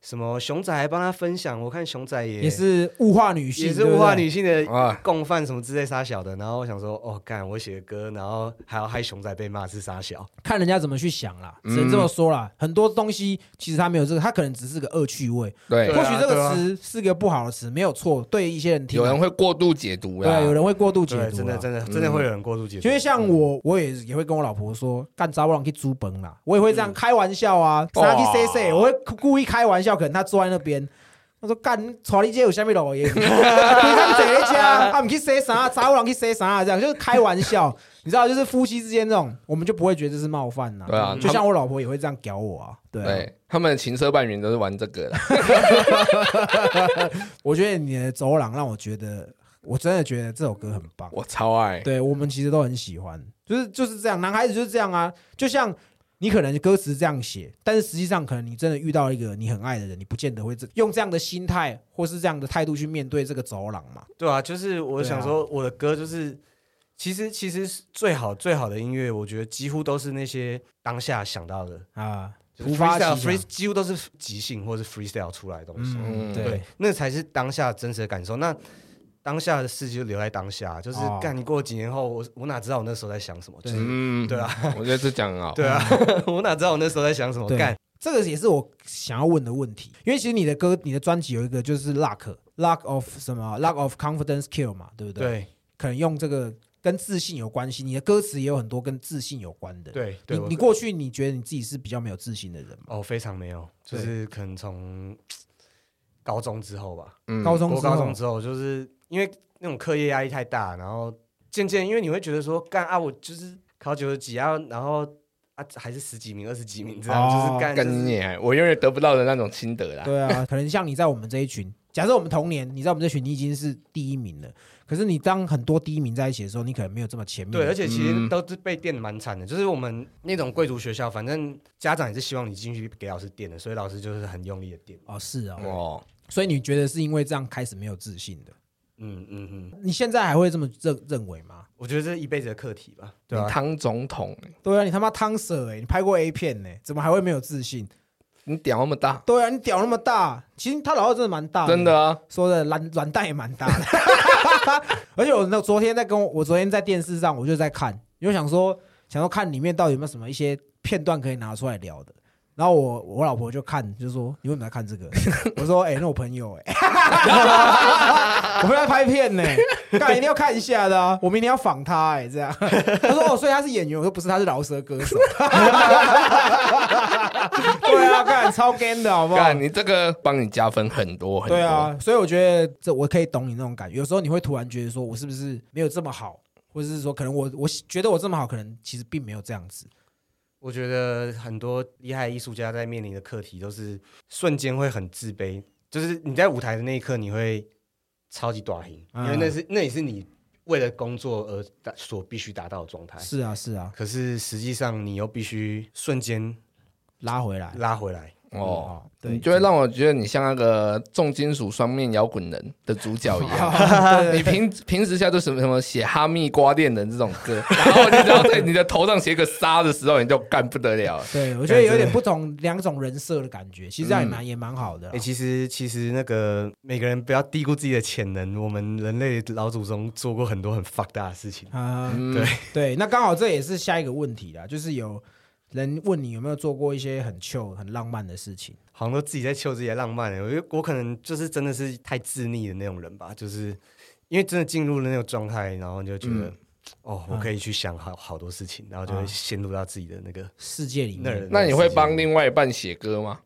什么熊仔还帮他分享，我看熊仔也
也是物化女性，
也是
对不对
物化女性的
啊
共犯什么之类杀小的，然后我想说，哦，干，我写的歌，然后还要害熊仔被骂是杀小，
看人家怎么去想啦，
嗯
只能这么说啦。很多东西其实它没有这个，它可能只是个恶趣味。
对
对
或
啊
许这
对
个
啊
词是个不好的词，没有错。对一些人听
有
来，
人会过度解读啊啦。
对啊有人会过度解
对，
读，
真的真
的。
的真的会有人过度解
嗯
读，
因为像
嗯
我，我也也会跟我老婆说，干渣不让去租本啦，我也会这
嗯
样开玩笑啊，啥去 say say，我会故意开玩笑，可能她坐在那边。我说干，草你街有虾米 老爷，你看谁家，啊他们去塞啥，查某人去塞啥，啊这样就是开玩笑，你知道，就是夫妻之间这种，我们就不会觉得这是冒犯呐、
对啊
就像我老婆也会这样屌我啊，对啊
对，他们的情色伴侣都是玩这个的。
我觉得你的走廊让我觉得，我真的觉得这首歌很棒。
我超爱。
对我们其实都很喜欢，就是就是这样，男孩子就是这样啊。就像你可能歌词这样写，但是实际上可能你真的遇到一个你很爱的人，你不见得会这用这样的心态或是这样的态度去面对这个走廊嘛。
对啊，就是我想说，我的歌就是，其实其实最好最好的音乐，我觉得几乎都是那些当下想到的，
啊，
就是
突
freestyle,
发奇
free
想，
几乎都是即兴或是 freestyle 出来的东西。
嗯，
嗯
对
对，，那才是当下真实的感受。那当下的事情就留在当下，就是
哦
干、你过几年后，我我哪知道我那时候在想什么？就是
嗯，
对啊，
我觉得这讲得好。
对啊， 我哪知道我那时候在想什么？
对
干，
这个也是我想要问的问题，因为其实你的歌、你的专辑有一个就是 luck，luck of 什么 luck of confidence kill 嘛，对不对？
对
可能用这个跟自信有关系，你的歌词也有很多跟自信有关的。
对对
你
我
你过去你觉得你自己是比较没有自信的人吗？
哦，非常没有，就
对
是可能从高中之后吧，
嗯
高中
国
之
高中
后，
之后，就是因为那种课业压力太大，然后渐渐因为你会觉得说，干啊，我就是考九十几啊，然后啊还是十几名、二十几名这样，
哦
就是干
干
就是
你娘！我永远得不到的那种心得啦。
对啊，可能像你在我们这一群，假设我们同年，你在我们这群你已经是第一名了，可是你当很多第一名在一起的时候，你可能没有这么前面。
对，而且其实
嗯
都是被电的蛮惨的，就是我们那种贵族学校，反正家长也是希望你进去给老师电的，所以老师就是很用力的电。
哦是啊，
哦，
所以你觉得是因为这样开始没有自信的？
嗯嗯嗯，
你现在还会这么认认为吗？
我觉得这是一辈子的课题吧，
你
对吧、
汤总统，
对啊，你他妈汤 Sir 哎、你拍过 A 片呢、怎么还会没有自信？
你屌那么大，
对啊，你屌那么大，其实他老二真的蛮大，
真的啊，
说的软软蛋也蛮大的。 而且我那昨天在跟我，我昨天在电视上我就在看，因为我想说想说看里面到底有没有什么一些片段可以拿出来聊的。然后我我老婆就看，就说你为什么在看这个？ 我说哎、那我朋友哎、 我们在拍片呢、干一定要看一下的啊！我明天要访他哎、这样。他说哦，所以他是演员。我说不是，他是饶舌歌手。 对啊，干超 gay 的好不好？
干你这个帮你加分很多很多。
对，啊，所以我觉得这我可以懂你那种感觉。有时候你会突然觉得说，我是不是没有这么好，或者是说，可能我我觉得我这么好，可能其实并没有这样子。
我觉得很多厉害的艺术家在面临的课题都是瞬间会很自卑，就是你在舞台的那一刻，你会超级短黑，因
嗯
为那是那也是你为了工作而达所必须达到的状态。
是啊，是啊，
可是实际上你又必须瞬间
拉回来。
拉回来，
哦。
哦，对，
你就会让我觉得你像那个重金属双面摇滚人的主角一样。你平平时下都什么什么写哈密瓜恋人这种歌，然后你只要在你的头上写个沙的时候，你就干不得了了。
对我觉得有点不同两种人设的感觉，其实这样也蛮也蛮好的啊
哎、
啦。
其实其实那个每个人不要低估自己的潜能，我们人类老祖宗做过很多很 fuck 大的事情。
啊，
嗯，
对，那刚好这也是下一个问题啦，就是有人问你有没有做过一些很 chill 很浪漫的事情。
好像都自己在秀自己的浪漫欸。我觉得我可能就是真的是太自溺的那种人吧，就是因为真的进入了那种状态，然后你就觉
嗯
得、哦，我可以去想好好多事情，然后就会陷入到自己的那个
世界里
那人
面，。
那你会帮
那个世界
另外一半写歌吗？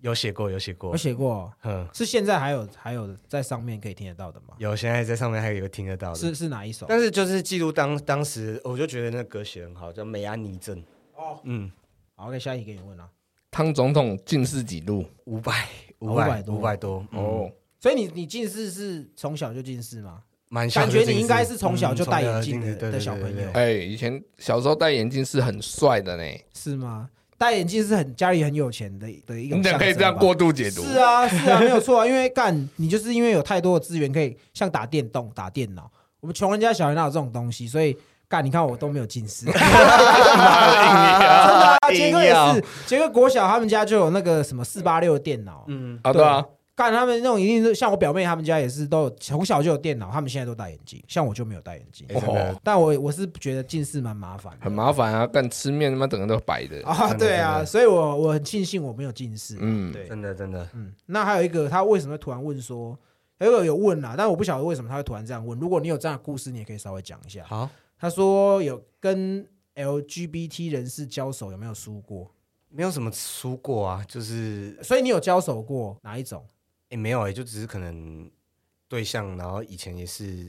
有写过，有写过
我，写过，
嗯，
是现在还有还有在上面可以听得到的吗？
有，现在在上面还有一个听得到的。
是是哪一首？
但是就是记录当当时，我就觉得那个歌写得很好，叫美安妮镇。哦，嗯，
好，OK，下一题给你问啊。
汤总统近视几度？
五百五
500
百
多嗯
五百多，哦，
哦，
所以你你近视是从小就近视吗？
蛮小
感
就
觉
近视。
你应该是从小就戴
嗯
眼
从
镜
小就
的
对
的
对
小
对
朋
对
友，
哎，以前小时候戴眼镜是很帅的呢。
是吗？戴眼镜是很家里很有钱的的一
你
种，
嗯怎么可以这样过？度解读？
是啊，是啊，没有错啊，因为干你就是因为有太多的资源可以像打电动、打电脑，我们穷人家小孩哪有这种东西，所以干你看我都没有近 视。真的啊，杰哥也是，杰哥国小他们家就有那个什么四八六电脑，
嗯，
啊，对啊，
干他们那种一定是像我表妹他们家也是都有从小就有电脑，他们现在都戴眼镜，像我就没有戴眼镜。
哎真的
但我我是觉得近视蛮麻烦的，
哦很麻烦啊，干吃面他妈整个都白的。
啊，
真的
对啊，
真的
所以我我很庆幸我没有近视。
嗯，
对
真的真的，
嗯，那还有一个他为什么会突然问说，有一个有问啦，但我不晓得为什么他会突然这样问。如果你有这样的故事，你也可以稍微讲一下。
好。
他说有跟 LGBT 人士交手有没有输过？
没有什么输过啊，就是
所以你有交手过哪一种
也、没有哎、就只是可能对象，然后以前也是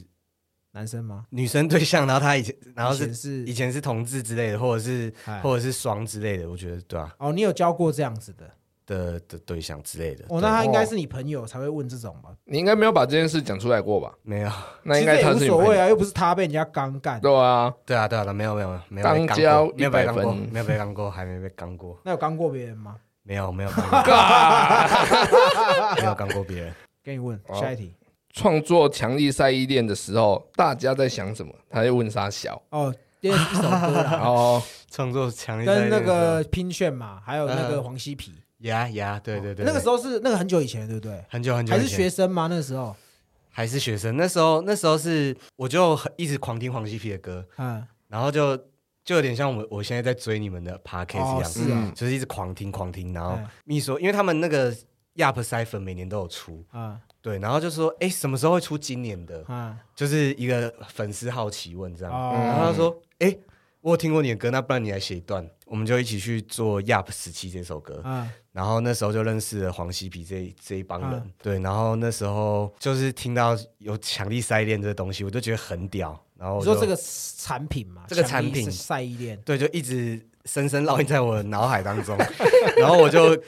男生吗？
女生对象，然后他以前然后
以前
是
是
以前是同志之类的，或者是
哎
或者是双之类的，我觉得对啊
哦，你有交过这样子的？
的的对象之类的，
哦，那他应该是你朋友才会问这种吧？
你应该没有把这件事讲出来过吧？
没有，
那
其
应
实
该
也
他
无
是你
所
朋友
谓啊，又不是他被人家刚干，
对啊，
对啊对啊，没有没有没有被
刚
刚
交
过，没有
100
被刚过，
分
没有被刚过，还没被刚过，
那有刚过别人吗？
没有没有刚过 没有刚过别 人，
给你问
好
下一题。
创作强力赛衣恋的时候，大家在想什么？他在问沙小
哦，因为一首歌啦，
哦，
创作强烈
跟
在
那个
时
拼炫嘛，还有那个黄西皮，
候呀呀，对嗯对对，
那个时
候
候是那个很久以前，对不对？
很久很久
还
以
是
前
学生吗？那时候，
还是学生，那时候那时候是我就很一直狂听黄西皮的歌，
嗯，
然后就就有点像我我现在在追你们的 podcast 一
哦
样，
哦是
啊
就是一直狂听狂听，然后
嗯
密说，因为他们那个 Yap Cipher 每年都有出，
啊
对，然后就说哎什么时候会出今年的，
啊
就是一个粉丝好奇问这样，
哦
然后他说哎。我有听过你的歌，那不然你来写一段，我们就一起去做《Yap 十七》这首歌。
啊！
然后那时候就认识了黄西皮这一这一帮人，
嗯
对，然后那时候就是听到有强力塞链这个东西，我就觉得很屌，然后
你
我
说
就
这个产品嘛，
这个产品
强力晒衣链，
对，就一直深深烙印在我的脑海当中， 然后我就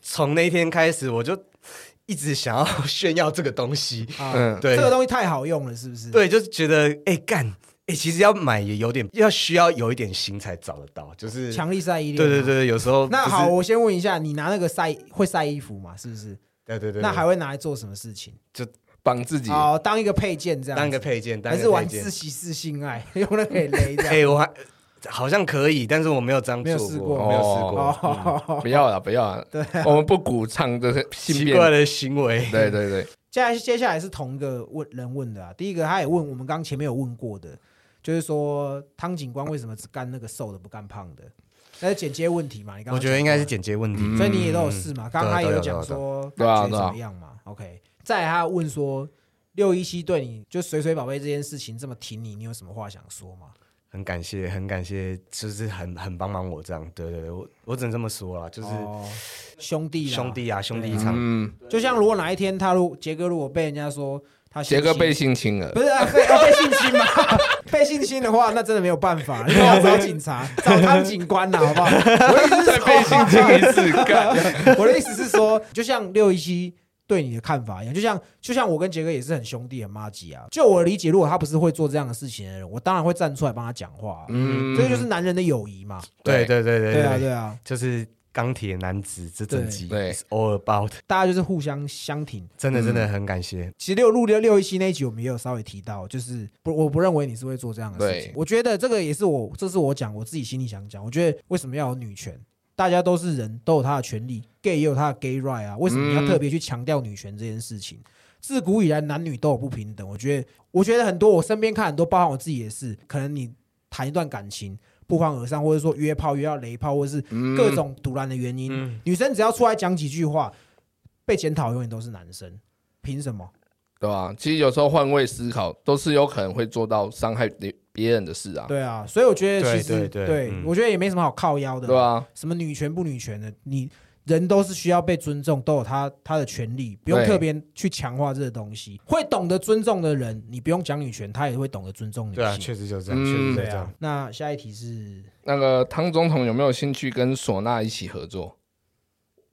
从那一天开始，我就一直想要 炫耀这个东西，
啊，
嗯，
对，
这个东西太好用了，是不是？
对，就是觉得哎、干哎、其实要买也有点要需要有一点心才找得到，就是
强力晒衣链，
对对。对，有时候
那
不是
好，，我先问一下，你拿那个晒会晒衣服嘛？是不是？
对对对，
那还
会
会拿来做什么事情？
绑自己，
哦，当一个配件这样子，
当一个配件，当
还
一
是
个配
玩
件
自。习室性爱， 用那个雷这
哎、
样。
我还好像可以，但是我没有这样
没有
做
试
过，嗯
过
没有试过。
哦，
不要了，不要了，对，我们不鼓倡这些性
奇
变，
怪的行为，
对对对，
接下来接下来是同一个问人问的啊，第一个他也问我们刚前面有问过的，就是说汤警官为什么只干那个瘦的不干胖的？那是剪接问题嘛？你刚刚
我觉得应该是嗯啊
讲
简介问题。
嗯过嘛，所以你也都有试嘛？刚刚他也有讲说
对啊
感觉
对啊
怎么样嘛？OK，再来他问说六一七对你就水水宝贝这件事情这么挺你，你有什么话想说吗？
很感谢，很感谢，就是很很帮忙我这样。对对对，我我只能这么说啦，就是
哦兄弟啦
兄，弟啊，兄弟一场。
嗯，
就像如果哪一天他如杰哥如果被人家说他
杰哥
性侵
被性侵了
不，是、啊、被、啊、被性侵嘛？ 被性侵的话，那真的没有办法，你要找警 察，找汤警官啊啦，好不好？我的意思是
再被性侵
说，
一次，干，
我的意思是说，就像六一七对你的看法一样，就像就像我跟杰哥也是很兄弟很妈鸡啊。就我的理解，如果他不是会做这样的事情的人，我当然会站出来帮他讲话、啊。
嗯
这个就是男人的友谊嘛。
对对对对
对啊，对啊，
就是钢铁男子这整集
对对
is all about，
大家就是互相相挺。
真的真的很感谢。
其实六录六六一七那一集，我们也有稍微提到，就是不，我不认为你是会做这样的事情
对。
我觉得这个也是我，这是我讲我自己心里想讲。我觉得为什么要有女权？大家都是人，都有他的权利，gay 也有他的 gay right 啊。为什么你要特别去强调女权这件事情？自古以来，男女都有不平等。我觉得，我觉得很多我身边看很多，包含我自己也是，可能你谈一段感情不欢而散，或者说约炮约到雷炮，或者是各种突然的原因，女生只要出来讲几句话，被检讨永远都是男生，凭什么？
对吧？其实有时候换位思考，都是有可能会做到伤害别别人的事啊，
对啊，所以我觉得
对
其实
对对嗯啊
我觉得也没什么好靠腰的，
对啊吧？
什么女权不女权的，你人都是需要被尊重，都有他他的权利，不用
对
特别去强化这个东
嗯
西。会懂得尊重的人，你不用讲女权，他也会懂得尊重女
对啊，
性。
确实就是这样，
嗯
确实就
对
是这
啊
样。，
那下一题是，
那个汤总统有没有兴趣跟唢呐一起合作？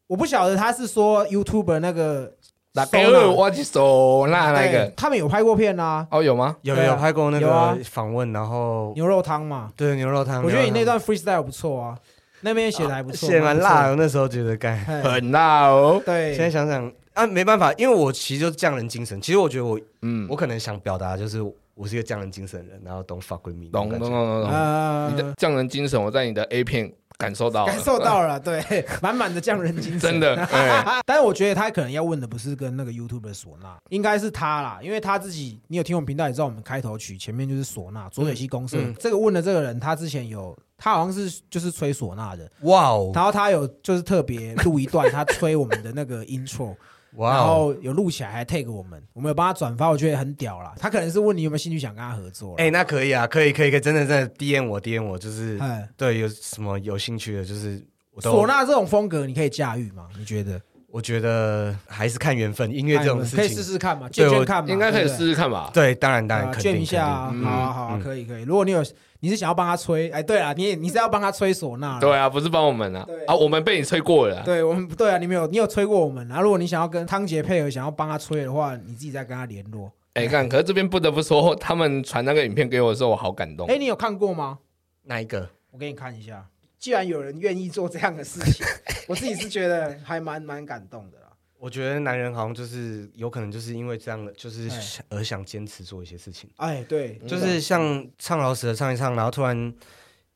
我不晓得他是说 YouTuber 那个
那
Sona
个我去唢
啊
呐那
对
个，
他们有拍过片啊，
哦，有吗？
有
对啊
有拍过那
有啊
个访问，然后
牛肉汤嘛，
对牛肉汤，
我觉得你
牛
那
肉
段
汤
freestyle 不错啊，那边写的还不错，
啊写蛮
不错
辣的，我那时候觉得干。
嘿
很辣哦，
对，
现在想想啊，没办法，因为我其实就是匠人精神。其实我觉得我
嗯，
我可能想表达就是我是一个匠人精神的人，然后懂法规 t
懂懂懂懂懂，
呃
你的匠人精神，我在你的 A 片感受到了，
感受到了，对， 满满的匠人精神，
真的，哎，
啊但是我觉得他可能要问的不是跟那个 YouTube 的唢呐，应该是他啦，因为他自己，你有听我们频道也知道，我们开头曲前面就是唢呐，左水溪公社、
嗯
这个问的这个人，他之前有，他好像是就是吹唢呐的，
哇哦，
然后他有就是特别录一段他吹我们的那个 intro，
哇
然
哦，
后有录起来还 tag 我们，我们有帮他转发，我觉得很屌啦。他可能是问你有没有兴趣想跟他合作啦，
哎，那可以啊，可以可以可以，真的真的 DM 我 DM 我，就是
哎，
对有什么有兴趣的，就是我都
唢呐这种风格你可以驾驭吗？你觉得？
我觉得还是看缘分，音乐这种
可
事
以试
情，
试看嘛，
对
借
我
鉴看嘛，
应该可以
对不对
试试看吧？
对，当然当然
啊
肯定
劝一下啊，
肯定
好啊好啊，
嗯
可以可以。如果你有你是想要帮他吹，哎，对啊，你也你是要帮他吹唢呐，
对。啊，不是帮我们啊
对，
啊，我们被你吹过了啊，
对我们对啊，你没有你有吹过我们啊。如果你想要跟汤杰配合，想要帮他吹的话，你自己再跟他联络。
哎，看，可是这边不得不说， 他们传那个影片给我的时候，我好感动
哎，，你有看过吗？
那一个
我给你看一下。既然有人愿意做这样的事情， 我自己是觉得还蛮蛮感动的啦。
我觉得男人好像就是有可能就是因为这样的，就是
哎
想而想坚持做一些事情。
哎，对，
嗯就是像唱老死的唱一唱，然后突然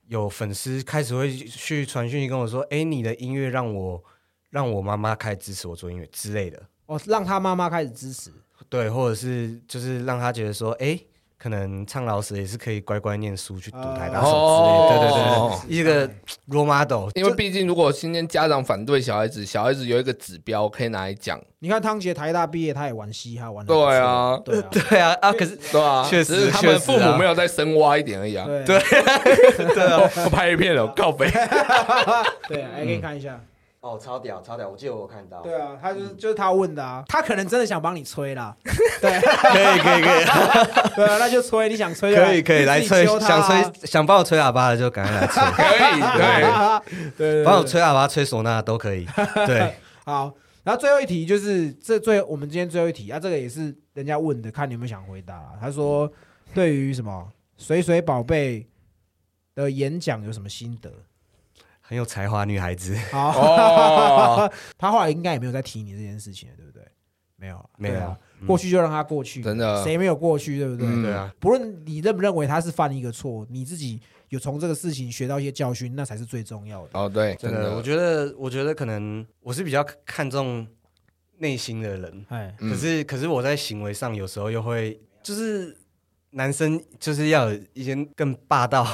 有粉丝开始会去传讯息跟我说：“哎，你的音乐让我让我妈妈开始支持我做音乐之类的。
哦，让他妈妈开始支持，”
对，或者是就是让他觉得说：“哎，可能唱老师也是可以乖乖念书去读台大什
哦
么之类的，对对对，一个 role model，
因为毕竟如果今天家长反对小孩子，小孩子有一个指标可以拿来讲，
你看汤杰台大毕业，他也玩嘻哈，玩得
对啊
不嗯错，对啊，
对啊啊，可是
对吧、啊？
确实
只是他们
确实
父
啊
母没有再深挖一点而已啊。
对
对对啊，
我拍一片了，告白。
对啊，哎，给你看一下。
哦，超屌超屌，我记得我有看到
对啊，他就是就是他问的啊，他可能真的想帮你吹啦，对
可以可以 可以
对啊，那就吹，你想吹就
可以可以来
你自己
吹，
揪他啊
想吹想帮我吹喇叭的就赶快来吹，
可以，对，
对对
帮我
对，
吹喇叭吹唢呐 都可以，对，
好。然后最后一题就是这最我们今天最后一题啊，这个也是人家问的，看你有没有想回答啊。他说对于什么水水宝贝的演讲有什么心得？
很有才华女孩子，
好，
哦，
他后来应该也没有再提你这件事情了，对不对？没有啊，
没有
对啊，过去就让他过去，
嗯真的
谁没有过去，对不对？
嗯
对啊，
不论你认不认为他是犯一个错，你自己有从这个事情学到一些教训，那才是最重要的。
哦，对，真
真的，我
的，
觉得我觉得可能我是比较看重内心的人，
哎，
嗯
可是可是我在行为上有时候又会就是。男生就是要有一些更霸道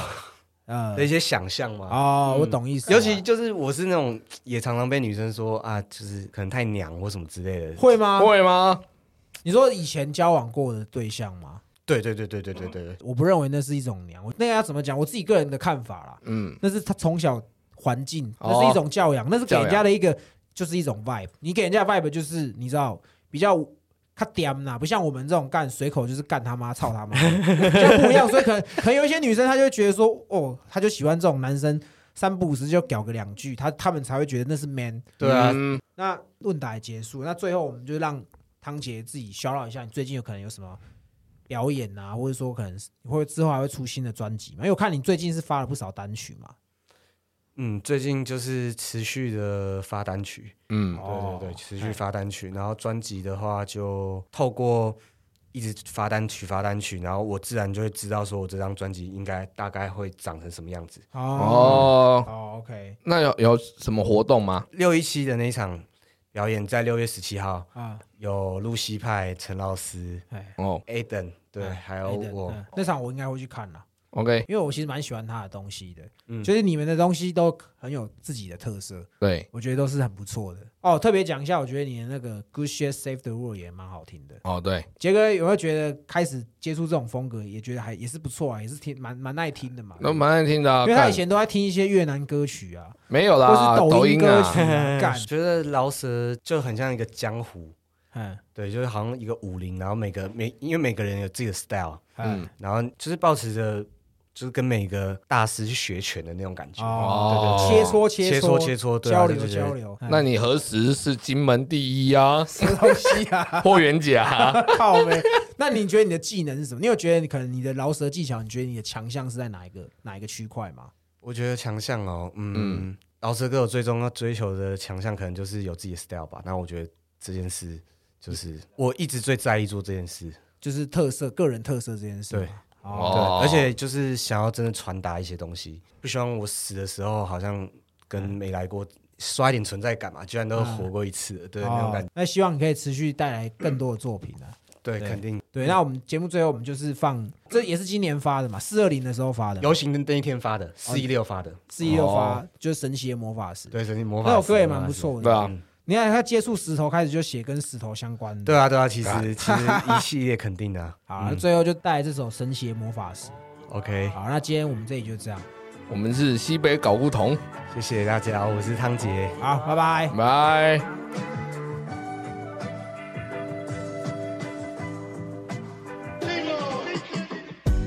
呃
的一，些想象嘛，
嗯
哦，我懂意思了。
尤其就是我是那种也常常被女生说啊，就是可能太娘或什么之类的。
会吗？
会吗？
你说以前交往过的对象吗？
对对对对对对对对，
我不认为那是一种娘，我那个要怎么讲？我自己个人的看法啦，
嗯，
那是他从小环境，
哦
那是一种教养，那是给人
教
家
养
的一个就是一种 vibe。你给人家的 vibe 就是你知道比较。他点啦，不像我们这种干随口就是干他妈、操 他妈，就不一样。所以可能可能有一些女生，她就会觉得说，哦，她就喜欢这种男生，三不五时就屌个两句，她她们才会觉得那是 man。
对啊
嗯
那问答也结束，那最后我们就让汤姐自己消扰一下，你最近有可能有什么表演啊，或者说可能是你会之后还会出新的专辑嘛？因为我看你最近是发了不少单曲嘛，
嗯，最近就是持续的发单曲，
嗯，
对
哦
对对，持续发单曲，然后专辑的话就透过一直发单曲发单曲，然后我自然就会知道说我这张专辑应该大概会长成什么样子。
哦
哦，
哦，OK
那有有什么活动吗？
六一七的那一场表演在六月十七号，
啊，
有露西派、陈老师、
哎，
哦
Aden，对，还有
Aiden，
我，
嗯那场我应该会去看啦，
，OK，
因为我其实蛮喜欢他的东西的，
嗯
就是你们的东西都很有自己的特色，
对，
我觉得都是很不错的。哦，特别讲一下，我觉得你的那个 Good Shit Save the World 也蛮好听的。
哦对，
杰哥有没有觉得开始接触这种风格，也觉得还也是不错啊，也是挺蛮蛮耐听的嘛。
那蛮爱听的啊，
因为他
干
以前都在听一些越南歌曲啊，
没有
或
啦，
是
抖
抖
音
音歌曲
啊，
啊，干
我，觉得饶舌就很像一个江湖，
嗯
对，就是好像一个武林，然后每个每因为每个人有自己的 style，
嗯，
然后就是保持着就是跟每个大师去学拳的那种感觉。
哦，
对对
切
对
磋磋
切磋切磋对啊
交
对
流
对对
交流。嗯
那你何时是金门第一啊？
什么东西啊？
霍元甲，啊
靠呗。那你觉得你的技能是什么？你有觉得你可能你的饶舌技巧，你觉得你的强项是在哪一个哪一个区块吗？
我觉得强项哦，嗯，饶舌歌手最终要追求的强项，可能就是有自己的 style 吧。那我觉得这件事就是我一直最在意做这件事，
就是特色、个人特色这件事吗。
对
哦，
对，而且就是想要真的传达一些东西，不希望我死的时候好像跟
嗯
没来过，刷一点存在感嘛，居然都活过一次了，对那种感觉
哦，那希望你可以持续带来更多的作品啊。
对，肯定
对，那我们节目最后我们就是放，这也是今年发的嘛，四二零的时候发的嘛，
游行的那一天发
哦
的，四一六发的，
四一六发，就是神奇的魔法师，
哦对，神经魔法
那
师
首歌也
魔法
蛮不
师
错
对
的。
啊，
你看他接触石头开始就写跟石头相关的，
对啊，对啊，其实其实一系列肯定的啊
好，那最后就带来这首神奇的魔法师。
，OK，
好，那今天我们这里就这样，
我们是西北搞不同，
谢谢大家，我是汤杰。
好，拜拜。
拜。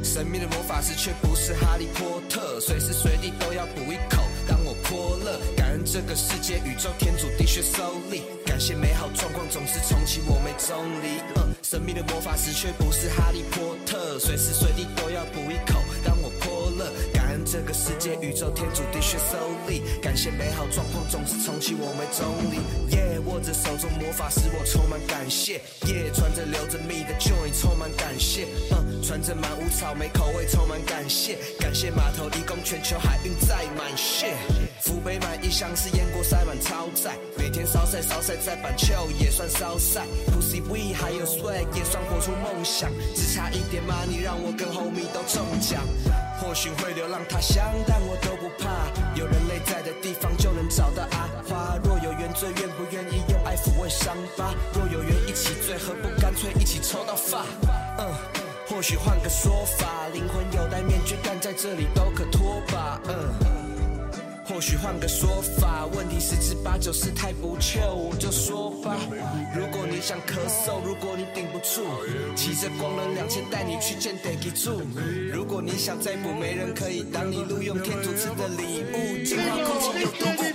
神秘的魔法师却不是哈利波特，随时随地都要补一口。当我泼乐，感恩这个世界宇宙天主的确受力，感谢美好状况总是重启，我没中离。呃，神秘的魔法师却不是哈利波特，随时随地都要补一口。当我泼乐，感恩这个世界宇宙天主的确受力，感谢美好状况总是重启我们中立。耶、握着手中魔法使我充满感谢，耶、穿着留着蜜的 joint 充满感谢，嗯，穿着满屋草莓口味充满感谢，感谢码头提供全球海运载满蟹，福杯满一箱是烟锅塞满超载，每天烧晒烧晒再板球也算烧晒，pussy we 还有 swag 也算活出梦想，只差一点 money 让我跟 homie 都中奖。或许会流浪他乡，但我都不怕。有人类在的地方，就能找到阿花。若有缘，最愿不愿意用爱抚慰伤疤？若有缘，一起醉，何不干脆一起抽到发？嗯，或许换个说法，灵魂有戴面具，但在这里都可脱吧。嗯。或许换个说法，问题十之八九是太不确，我就说吧。如果你想咳嗽，如果你顶不住，骑着光轮两千带你去见 d a 住。如果你想再补，没人可以挡你路，用天主赐的礼物净化空气有多苦。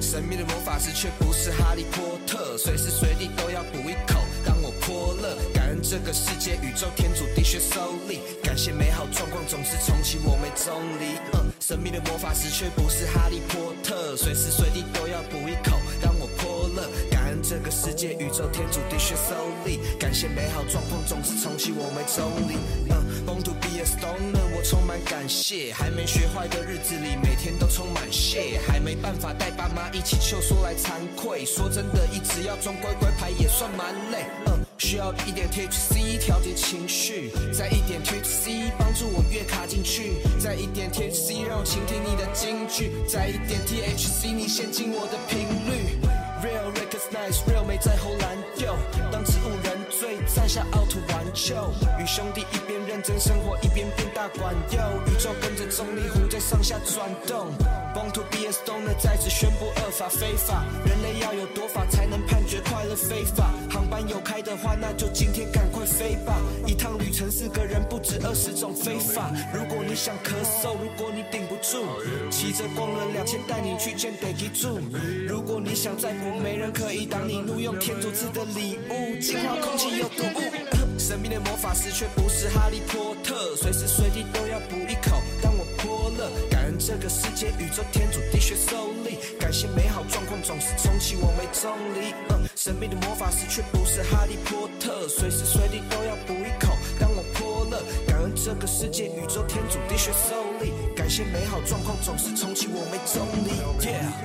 神秘的魔法师却不是哈利波特，随时随地都要补一口，当我泼乐。感恩这个世界，宇宙天主的确受力，感谢美好状况总是重启我们中立。嗯，神秘的魔法师却不是哈利波特，随时随地都要补一口，当我泼乐。感恩这个世界，宇宙天主的确受力，感谢美好状况总是重启我们中立。嗯，Born to be a stoner，我充满感谢，还没学坏的日子里，每天都充满谢，还没办法带爸妈一起秀，说来惭愧，说真的，一直要装乖乖牌也算蛮累。嗯。需要一点 THC 调节情绪，再一点 THC 帮助我越卡进去，再一点 THC 让我倾听你的金句，再一点 THC 你陷进我的频率。Real recognize real 没在后蓝调，当植物人醉，站下凹凸玩球，与兄弟一边认真生活，一边变大管佑，宇宙跟着重力弧在上下转动。Born to be a stoner 再次宣布恶法非法，人类要有多法才能判决快乐非法。航班有开的话，那就今天赶快飞吧。一趟旅程四个人不止二十种非法。如果你想咳嗽，如果你顶不住，骑着光轮两千带你去见 d a k 住。如果你想再国，没人可以挡你路，用天主赐的礼物净化空气有毒物。神秘的魔法师却不是哈利波特，随时随地都要补一口。当我泼了，感恩这个世界，宇宙天主的确受力，感谢美好状况总是重启我们中立。嗯，神秘的魔法师却不是哈利波特，随时随地都要补一口。当我泼了，感恩这个世界，宇宙天主的确受力，感谢美好状况总是重启我们中立。Yeah。